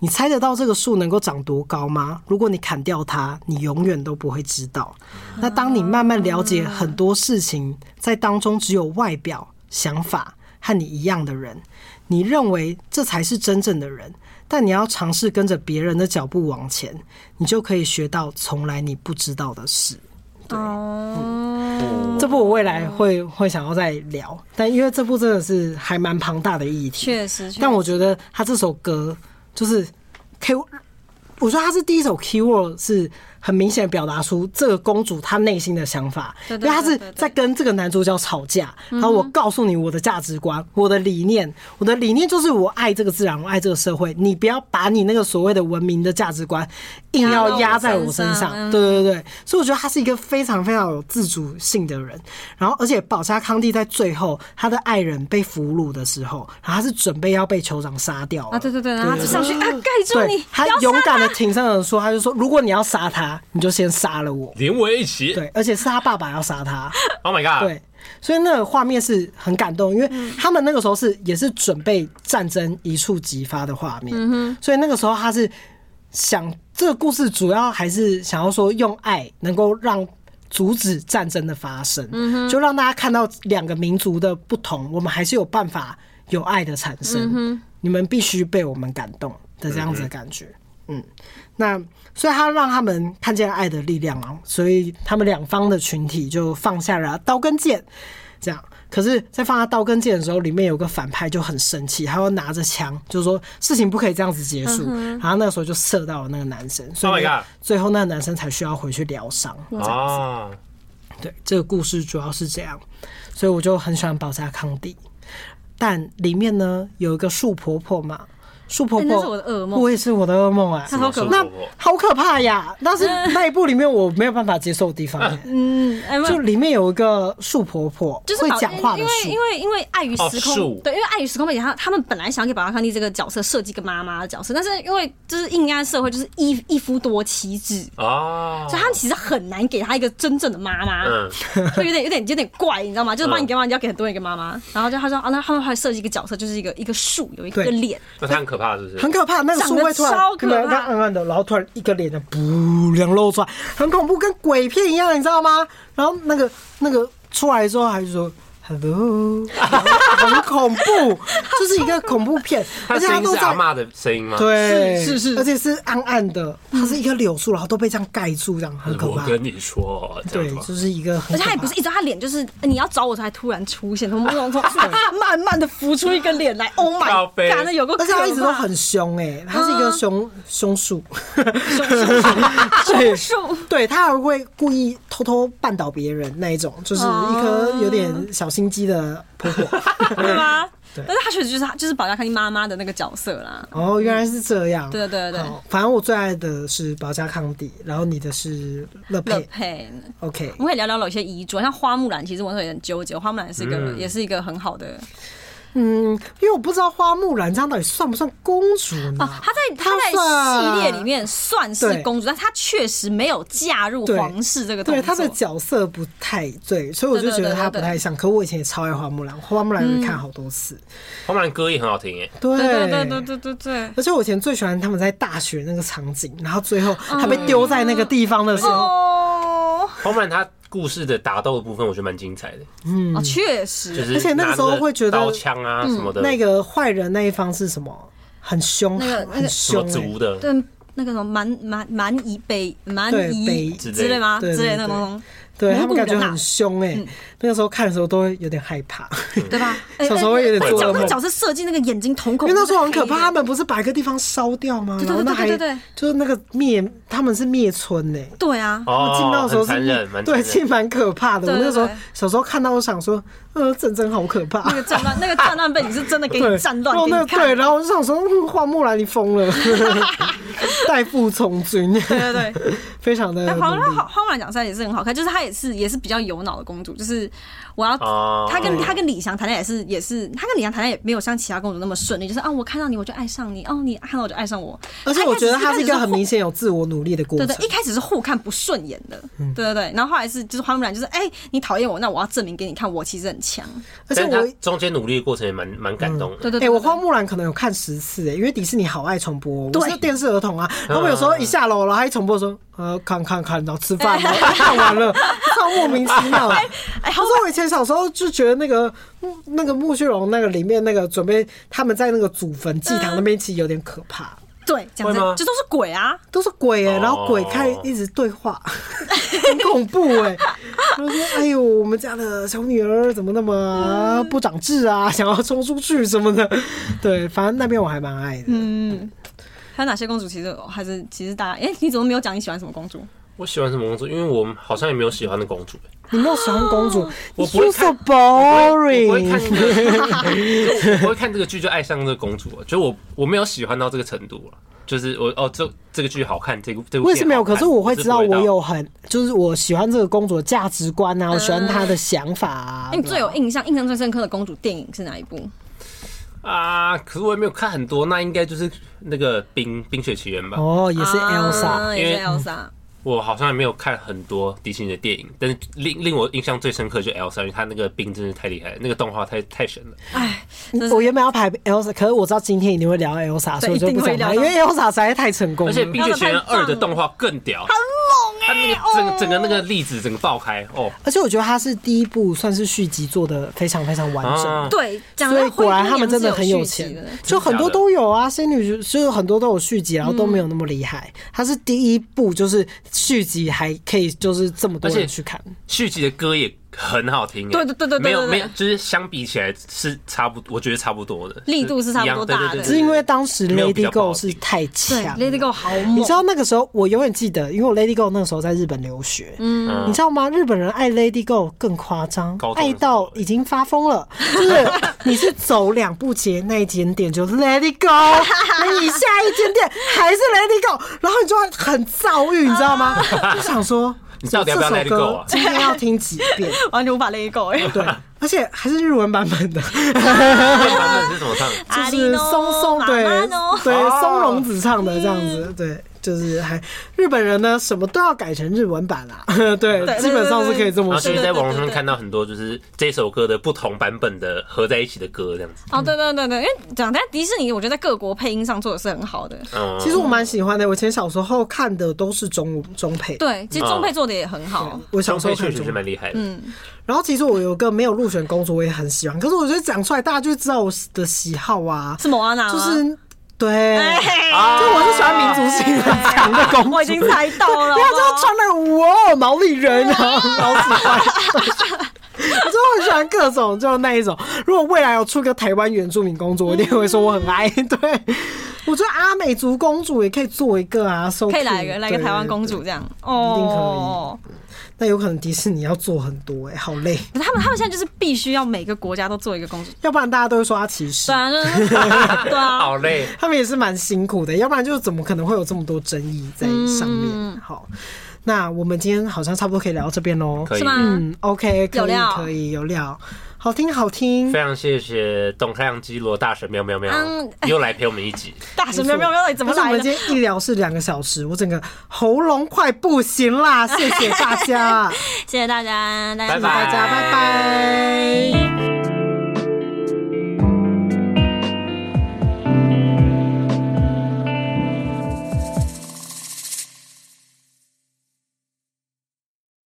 [SPEAKER 1] 你猜得到这个树能够长多高吗？如果你砍掉它，你永远都不会知道。那当你慢慢了解很多事情，在当中只有外表、想法和你一样的人，你认为这才是真正的人。但你要尝试跟着别人的脚步往前，你就可以学到从来你不知道的事。对，嗯
[SPEAKER 3] 哦，
[SPEAKER 1] 这部我未来会会想要再聊，但因为这部真的是还蛮庞大的议题。
[SPEAKER 3] 确实，确
[SPEAKER 1] 但
[SPEAKER 3] 实
[SPEAKER 1] 我觉得他这首歌就是可以，我觉得他是第一首 keyword 是很明显地表达出这个公主她内心的想法，
[SPEAKER 3] 对
[SPEAKER 1] 因
[SPEAKER 3] 对
[SPEAKER 1] 为她是
[SPEAKER 3] 对对对嗯
[SPEAKER 1] 在跟这个男主角吵架，然后我告诉你我的价值观、我的理念，我的理念就是我爱这个自然，我爱这个社会，你不要把你那个所谓的文明的价值观硬要压在我身
[SPEAKER 3] 压
[SPEAKER 1] 上
[SPEAKER 3] 到我身上。嗯
[SPEAKER 1] 对对对对，所以我觉得他是一个非常非常有自主性的人。然后，而且保加康帝在最后他的爱人被俘虏的时候，然后他是准备要被酋长杀掉了
[SPEAKER 3] 啊，对对对，然后他就上去啊，盖住
[SPEAKER 1] 对
[SPEAKER 3] 你，
[SPEAKER 1] 他
[SPEAKER 3] 不要
[SPEAKER 1] 勇
[SPEAKER 3] 杀
[SPEAKER 1] 敢的挺身而出，他就说：“如果你要杀他，你就先杀了我。
[SPEAKER 2] 连我一”起
[SPEAKER 1] 对，而且是他爸爸要杀他。
[SPEAKER 2] ，Oh my god，
[SPEAKER 1] 对，所以那个画面是很感动，因为他们那个时候是也是准备战争一触即发的画面，所以那个时候他是想这个故事主要还是想要说用爱能够让。阻止战争的发生，就让大家看到两个民族的不同，我们还是有办法有爱的产生。你们必须被我们感动的这样子的感觉。嗯，那所以他让他们看见爱的力量啊，所以他们两方的群体就放下了刀跟剑，这样。可是，在放下刀跟剑的时候，里面有个反派就很生气，他要拿着枪，就说事情不可以这样子结束。然后那个时候就射到了那个男生，所
[SPEAKER 2] 嗯 Oh
[SPEAKER 1] 以
[SPEAKER 2] my god
[SPEAKER 1] 最后那个男生才需要回去疗伤。
[SPEAKER 2] 啊，
[SPEAKER 1] 对，这个故事主要是这样，所以我就很喜欢保加康帝。但里面呢有一个树婆婆嘛，树婆
[SPEAKER 3] 哎
[SPEAKER 1] 婆、
[SPEAKER 3] 那是我的噩梦
[SPEAKER 1] 我也是我的噩梦啊，
[SPEAKER 3] 她好可
[SPEAKER 2] 什
[SPEAKER 3] 怕
[SPEAKER 1] 那
[SPEAKER 2] 么树婆婆
[SPEAKER 1] 好可怕呀！但
[SPEAKER 3] [laughs]
[SPEAKER 1] 是那一部里面我没有办法接受的地方、哎
[SPEAKER 3] 嗯，哎不
[SPEAKER 1] 就里面有一个树婆婆，
[SPEAKER 3] 就是
[SPEAKER 1] 会
[SPEAKER 3] 宝
[SPEAKER 1] 讲话的
[SPEAKER 3] 因为
[SPEAKER 1] 树
[SPEAKER 3] 因，为因为碍于时
[SPEAKER 2] 哦
[SPEAKER 3] 空
[SPEAKER 2] 树，
[SPEAKER 3] 对，因为碍于时空背景，他他们本来想要给宝拉康蒂这个角色设计一个妈妈的角色，但是因为就是印第安社会就是一一夫多妻制，
[SPEAKER 2] 啊，
[SPEAKER 3] 所以他们其实很难给他一个真正的妈妈， [laughs]
[SPEAKER 2] 嗯，
[SPEAKER 3] 会有点有点有点怪，你知道吗？就是把你
[SPEAKER 2] 嗯
[SPEAKER 3] 给妈妈，你要给很多人一个妈妈，然后就他说啊，那他们还设计一个角色，就是一个一个树，有一个
[SPEAKER 1] 对
[SPEAKER 3] 脸，
[SPEAKER 2] 那他很可怕，是不是
[SPEAKER 1] 很？可怕。那个树会突然
[SPEAKER 3] 长得超可怕
[SPEAKER 1] 有没有这样暗暗的，然后突然一个脸的噗两露出来，很恐怖，跟鬼片一样，你知道吗？然后那个那个出来之后还是说。Hello，很 [laughs] 恐怖，就是一个恐怖片，
[SPEAKER 2] [laughs] 他
[SPEAKER 1] 而且
[SPEAKER 2] 声
[SPEAKER 1] 它
[SPEAKER 2] 音
[SPEAKER 1] 都
[SPEAKER 2] 是阿
[SPEAKER 1] 在
[SPEAKER 2] 嬷的声音吗？，
[SPEAKER 1] 对，
[SPEAKER 3] 是是是
[SPEAKER 1] 而且是暗暗的，它是一个柳树，然后都被这样盖住，这样很可
[SPEAKER 2] 我
[SPEAKER 1] 怕。
[SPEAKER 2] 跟你说，这
[SPEAKER 1] 对
[SPEAKER 2] 样，子吗
[SPEAKER 1] 就是一个很可怕，
[SPEAKER 3] 而且他也不是一直，他脸就是呃你要找我才突然出现，从
[SPEAKER 2] [laughs]
[SPEAKER 3] 某种从慢慢的浮出一个脸来，Oh
[SPEAKER 2] 靠
[SPEAKER 3] my
[SPEAKER 2] 背
[SPEAKER 3] god，那有个
[SPEAKER 1] 而且他一直都很凶哎、欸，他是一
[SPEAKER 3] 啊
[SPEAKER 1] 个凶凶树， [laughs] 凶
[SPEAKER 3] 树，
[SPEAKER 1] 对他还会故意偷偷绊倒别人那一种，就是
[SPEAKER 3] 哦
[SPEAKER 1] 一颗有点小心机的婆婆。
[SPEAKER 3] [laughs] 对吗？但是他确实就是他就是宝嘉康蒂妈妈的那个角色啦，
[SPEAKER 1] 哦，原来是这样。
[SPEAKER 3] 对对对
[SPEAKER 1] 好，反正我最爱的是保加康帝，然后你的是乐
[SPEAKER 3] 乐
[SPEAKER 1] 佩。
[SPEAKER 3] 佩。
[SPEAKER 1] OK，
[SPEAKER 3] 我们可以聊聊有些遗嘱，像花木兰，其实我那时候也很纠结，花木兰也是一个、也是一个很好的
[SPEAKER 1] 嗯，因为我不知道花木兰这样到底算不算公主
[SPEAKER 3] 哦
[SPEAKER 1] 呢？，
[SPEAKER 3] 她在她
[SPEAKER 1] 算
[SPEAKER 3] 在系列里面算是
[SPEAKER 1] 对
[SPEAKER 3] 公主，但她确实没有嫁入
[SPEAKER 1] 对
[SPEAKER 3] 皇室这个动
[SPEAKER 1] 对
[SPEAKER 3] 作。
[SPEAKER 1] 她的角色不太对，所以我就觉得她不太像。可我以前也超爱花木兰，花木兰也看好多次。
[SPEAKER 2] 花木兰歌也很好听欸诶，
[SPEAKER 1] 对
[SPEAKER 3] 嗯对对对对对对对。
[SPEAKER 1] 而且我以前最喜欢他们在大学那个场景，然后最后他
[SPEAKER 3] 嗯
[SPEAKER 1] 被丢在那个地方的时候，
[SPEAKER 3] 哦，
[SPEAKER 2] 花木兰她故事的打斗的部分，我觉得蛮精彩的，
[SPEAKER 1] 嗯
[SPEAKER 3] 哦确
[SPEAKER 2] 就
[SPEAKER 3] 实，
[SPEAKER 2] 是
[SPEAKER 1] 而且那个时候
[SPEAKER 2] 拿着
[SPEAKER 1] 会觉得嗯
[SPEAKER 2] 刀枪啊什么的，
[SPEAKER 1] 那个坏人那一方是什么？很凶，
[SPEAKER 3] 那个那
[SPEAKER 1] 很
[SPEAKER 3] 个
[SPEAKER 2] 什
[SPEAKER 1] 凶、
[SPEAKER 2] 么
[SPEAKER 1] 欸
[SPEAKER 2] 族。的，
[SPEAKER 3] 对那个什么蛮蛮蛮夷北蛮
[SPEAKER 1] 对
[SPEAKER 3] 夷
[SPEAKER 1] 北
[SPEAKER 3] 之类吗？
[SPEAKER 1] 对对
[SPEAKER 3] 之类那
[SPEAKER 1] 对
[SPEAKER 3] 种东西，
[SPEAKER 1] 对他
[SPEAKER 3] 蒙古
[SPEAKER 1] 们感觉
[SPEAKER 3] 人啊
[SPEAKER 1] 很凶哎、那个时候看的时候都会有点害怕，
[SPEAKER 3] 对吧？
[SPEAKER 1] 小时候
[SPEAKER 3] 哎
[SPEAKER 1] 有点
[SPEAKER 3] 哎
[SPEAKER 1] 做
[SPEAKER 3] 角
[SPEAKER 1] 噩
[SPEAKER 3] 那
[SPEAKER 1] 梦
[SPEAKER 3] 角色设计那个眼睛瞳孔，
[SPEAKER 1] 因为那时候很可怕，他
[SPEAKER 3] 嘛。
[SPEAKER 1] 们不是把一个地方烧掉吗？
[SPEAKER 3] 对对
[SPEAKER 1] 然后那还
[SPEAKER 3] 对对对对
[SPEAKER 1] 就是那个灭，他们是灭村呢、
[SPEAKER 3] 对啊，
[SPEAKER 1] 他们进到的时候是
[SPEAKER 2] 哦很残忍，蛮残
[SPEAKER 1] 对，
[SPEAKER 2] 忍
[SPEAKER 1] 其实蛮可怕的。
[SPEAKER 3] 对
[SPEAKER 1] 我
[SPEAKER 3] 对
[SPEAKER 1] 那时候
[SPEAKER 3] 对
[SPEAKER 1] 小时候看到，我想说，呃，战争好可
[SPEAKER 3] 那
[SPEAKER 1] 怕。
[SPEAKER 3] 个战乱，那个战乱背景是真的给
[SPEAKER 1] 对，
[SPEAKER 3] 你战乱
[SPEAKER 1] 然后
[SPEAKER 3] 给
[SPEAKER 1] 那
[SPEAKER 3] 你
[SPEAKER 1] 个
[SPEAKER 3] 看
[SPEAKER 1] 对，。然后我就想说，嗯花木兰你疯了，代父从军，
[SPEAKER 3] 对对对，
[SPEAKER 1] 非常的
[SPEAKER 3] 但花
[SPEAKER 1] 努
[SPEAKER 3] 木
[SPEAKER 1] 力
[SPEAKER 3] 花花木兰讲出来也是很好看，就是她也是也是比较有脑的公主，就是我要
[SPEAKER 2] 哦
[SPEAKER 3] 她
[SPEAKER 1] 嗯
[SPEAKER 3] 跟她跟李翔谈恋爱也是也是，她跟李翔谈恋爱也没有像其他公主那么顺利，就是啊我看到你我就爱上你，哦你看到我就爱上我，
[SPEAKER 1] 而且我觉得他是一个很
[SPEAKER 3] 明。
[SPEAKER 1] 明显有自我努力的嗯过
[SPEAKER 3] 对
[SPEAKER 1] 程
[SPEAKER 3] 对，。一开始是互看不顺眼的，对对对，然后后来是就是花木兰就是哎、你讨厌我，那我要证明给你看，我其实很强，
[SPEAKER 1] 而且
[SPEAKER 2] 但是
[SPEAKER 1] 我
[SPEAKER 2] 他中间努力的过程也蛮蛮感动的。
[SPEAKER 3] 对对
[SPEAKER 1] 哎、
[SPEAKER 3] 对，
[SPEAKER 1] 我
[SPEAKER 3] 对
[SPEAKER 1] 花木兰可能有看十次哎、因为迪士尼好爱重播哦，我是
[SPEAKER 3] 对
[SPEAKER 1] 电视儿童啊。然后我有时候一下楼，然后他一重播说，呃，看看看，然后吃饭了， [laughs] 看完了，超莫名其妙的。
[SPEAKER 3] 哎
[SPEAKER 1] 可
[SPEAKER 3] 好
[SPEAKER 1] 是我以前小时候就觉得那个木那个木须龙那个里面那个准备他们在那个祖坟祭
[SPEAKER 3] 嗯
[SPEAKER 1] 堂那边其实有点可怕，
[SPEAKER 3] 对，讲真
[SPEAKER 2] 会吗
[SPEAKER 3] 的，这都是鬼啊，
[SPEAKER 1] 都是鬼哎、
[SPEAKER 2] 哦
[SPEAKER 1] 然后鬼看一直对话， [laughs] 很恐怖哎、然后说：“哎呦，我们家的小女儿怎么那么
[SPEAKER 3] 嗯
[SPEAKER 1] 不长智啊？ [laughs] 想要冲出去什么的。”对，反正那边我还蛮爱的。
[SPEAKER 3] 嗯，还有哪些公主其实还是其实大家，哎、你怎么没有讲你喜欢什么公主？
[SPEAKER 2] 我喜欢什么公主？因为我好像也没有喜欢的公主、欸
[SPEAKER 1] 你没有喜欢公主，
[SPEAKER 2] 哦我
[SPEAKER 1] 你
[SPEAKER 2] 不会
[SPEAKER 1] you
[SPEAKER 2] 看
[SPEAKER 1] so
[SPEAKER 2] 我不会看
[SPEAKER 1] boring。
[SPEAKER 2] 这
[SPEAKER 1] [laughs]
[SPEAKER 2] 个，我不会看这个剧就爱上这个公主了，就我我没有喜欢到这个程度了。就是我哦，这这个剧好看，这个这部
[SPEAKER 1] 我也是没有，可是我会知道我
[SPEAKER 2] 有。
[SPEAKER 1] 有很，就是我喜欢这个公主的价值观啊，我喜欢她的想法啊。
[SPEAKER 3] 嗯哎、你最有印象、印象最深刻的公主电影是哪一部？
[SPEAKER 2] 啊，可是我也没有看很多，那应该就是那个《冰冰雪奇缘》吧。
[SPEAKER 1] 哦，也是 Elsa。
[SPEAKER 3] 啊、
[SPEAKER 2] 因
[SPEAKER 3] 也
[SPEAKER 2] 为
[SPEAKER 3] 是 Elsa，
[SPEAKER 2] 我好像也没有看很多迪士尼的电影，但是令令我印象最深刻就是 Elsa，因为她那个冰真是太厉害了，那个动画太太神了。
[SPEAKER 3] 哎、真
[SPEAKER 1] 我
[SPEAKER 3] 是。
[SPEAKER 1] 原本要排 Elsa，可是我知道今天一定会聊 Elsa，所以我就不想排，
[SPEAKER 3] 一定
[SPEAKER 1] 因
[SPEAKER 3] 会
[SPEAKER 1] 为 Elsa 实在太成功
[SPEAKER 2] 而
[SPEAKER 1] 了。
[SPEAKER 2] 且《冰雪奇缘二》的动画更屌，
[SPEAKER 3] 哦很猛
[SPEAKER 2] 它那
[SPEAKER 3] 哎、
[SPEAKER 2] 个整
[SPEAKER 3] 哦
[SPEAKER 2] 个整个那个粒子整个爆开哦，
[SPEAKER 1] 而且我觉得它是第一部算是续集做的非常非常完整。
[SPEAKER 2] 啊
[SPEAKER 3] 对，讲
[SPEAKER 1] 所
[SPEAKER 3] 到
[SPEAKER 1] 以果然他们真的很有
[SPEAKER 3] 灰姑娘是
[SPEAKER 1] 钱
[SPEAKER 3] 有续集的，
[SPEAKER 1] 就很多
[SPEAKER 2] 真的假的
[SPEAKER 1] 都有啊。仙女就是很多都有续集，然后都
[SPEAKER 3] 嗯
[SPEAKER 1] 没有那么厉害。它是第一部，就是续集还可以，就是这么多
[SPEAKER 2] 而
[SPEAKER 1] 人
[SPEAKER 2] 且
[SPEAKER 1] 去看。
[SPEAKER 2] 续集的歌也很好听耶。欸
[SPEAKER 3] 对对对对对
[SPEAKER 2] 没有
[SPEAKER 3] 对对
[SPEAKER 2] 没有，就是相比起来是差不，多，我觉得差不多的
[SPEAKER 3] 力度是差不多
[SPEAKER 2] 一样对对
[SPEAKER 3] 大的
[SPEAKER 2] 对对
[SPEAKER 1] 只是因为当时
[SPEAKER 2] 没有比
[SPEAKER 1] Lady
[SPEAKER 2] 较不好
[SPEAKER 1] Go
[SPEAKER 2] 听 [laughs]
[SPEAKER 1] 是太强
[SPEAKER 3] 对
[SPEAKER 1] 了，
[SPEAKER 3] ，Lady Go 好猛，
[SPEAKER 1] 啊你知道那个时候，我永远记得，因为我 Lady Go 那个时候在日本留学，
[SPEAKER 2] 嗯
[SPEAKER 1] 你知道吗？日本人爱 Lady Go 更夸张
[SPEAKER 2] 高，中的时候
[SPEAKER 1] 爱到已经发疯了，就是你是走两步街那一间店就 Lady Go，你下一间店还是 Lady Go，然后你就会很躁郁，你知道
[SPEAKER 2] [laughs]
[SPEAKER 1] 吗？就想说，
[SPEAKER 2] 你到底要不要
[SPEAKER 1] 这首
[SPEAKER 2] Let It Go
[SPEAKER 1] 歌
[SPEAKER 2] 啊
[SPEAKER 1] 今天要听几遍？
[SPEAKER 3] 完全无法 Lady Go 哎、
[SPEAKER 2] [laughs]
[SPEAKER 1] 对，而且还是日文版本的。 [laughs]
[SPEAKER 2] 那版本是怎么唱？
[SPEAKER 1] 就是松松对
[SPEAKER 3] 阿里诺
[SPEAKER 1] 对
[SPEAKER 2] 哦
[SPEAKER 1] 松隆子唱的这样子，
[SPEAKER 3] 嗯
[SPEAKER 1] 对，就是还日本人呢什么都要改成日文版啦， [laughs] 对
[SPEAKER 3] 对，
[SPEAKER 1] 基本上是可以这么
[SPEAKER 2] 然后
[SPEAKER 1] 说
[SPEAKER 2] 其。实
[SPEAKER 3] 对
[SPEAKER 2] 在
[SPEAKER 3] 对
[SPEAKER 2] 网络
[SPEAKER 3] 对
[SPEAKER 2] 上
[SPEAKER 3] 对
[SPEAKER 2] 看到很多就是这首歌的不同版本的合在一起的歌这样子。
[SPEAKER 3] 哦，对对对对，因为讲在迪士尼，我觉得在各国配音上做的是很好的。
[SPEAKER 2] 嗯，
[SPEAKER 1] 其实我蛮喜欢的，我以前小时候看的都是中中配，
[SPEAKER 3] 对，其实中配做的也很好。
[SPEAKER 1] 我小
[SPEAKER 2] 张
[SPEAKER 1] 时候
[SPEAKER 2] 佩
[SPEAKER 1] 看
[SPEAKER 2] 确实
[SPEAKER 1] 中
[SPEAKER 2] 是
[SPEAKER 1] 配。
[SPEAKER 2] 蛮厉害的。
[SPEAKER 3] 嗯
[SPEAKER 1] 然后其实我有个没有入选公主，我也很喜欢，可是我觉得讲出来大家就知道我的喜好啊，
[SPEAKER 3] 是莫阿娜吗，哎
[SPEAKER 1] 就是对，
[SPEAKER 2] 啊
[SPEAKER 1] 就我是喜欢民族性很强的公主。
[SPEAKER 3] 我已经猜到了。
[SPEAKER 1] 不要
[SPEAKER 3] 好不
[SPEAKER 1] 啊就
[SPEAKER 3] 好
[SPEAKER 1] 穿那个哇毛利人啊，
[SPEAKER 3] 哦
[SPEAKER 1] 老喜欢。 [laughs] 我就很喜欢各种，就那一种。如果未来有出个台湾原住民公主，我一定会说我很爱。 [laughs] 对，我觉得阿美族公主也可以做一个啊，so
[SPEAKER 3] 可以来一
[SPEAKER 1] cute，
[SPEAKER 3] 个来一个
[SPEAKER 1] 对
[SPEAKER 3] 台湾公主。这样
[SPEAKER 1] 一定可以
[SPEAKER 3] 哦。
[SPEAKER 1] 那有可能迪士尼要做很多哎、好累，
[SPEAKER 3] 可是他们他们现在就是必须要每个国家都做一个公主，
[SPEAKER 1] 要不然大家都会说她歧视
[SPEAKER 3] 对。啊，就是对啊，
[SPEAKER 2] 好累。
[SPEAKER 1] 他们也是蛮辛苦的，要不然就怎么可能会有这么多争议在上面？
[SPEAKER 3] 嗯
[SPEAKER 1] 好，那我们今天好像差不多可以聊到这边喽。
[SPEAKER 2] 可以
[SPEAKER 3] 是吗？
[SPEAKER 1] 嗯，OK，可
[SPEAKER 3] 有
[SPEAKER 1] 以
[SPEAKER 3] 料
[SPEAKER 1] 可以有料，好听好听
[SPEAKER 2] 非。常谢谢董太阳基罗大神喵喵喵
[SPEAKER 3] 嗯
[SPEAKER 2] 又来陪我们一集，
[SPEAKER 3] 大神喵喵喵到底怎么
[SPEAKER 1] 但是我
[SPEAKER 3] 来
[SPEAKER 1] 们
[SPEAKER 3] 的？
[SPEAKER 1] 今天一聊是两个小时，我整个喉咙快不行
[SPEAKER 3] [laughs]
[SPEAKER 1] 啦！谢谢大家，
[SPEAKER 3] 谢谢大家，大家
[SPEAKER 2] 拜
[SPEAKER 1] 大
[SPEAKER 2] 拜
[SPEAKER 1] 家拜拜。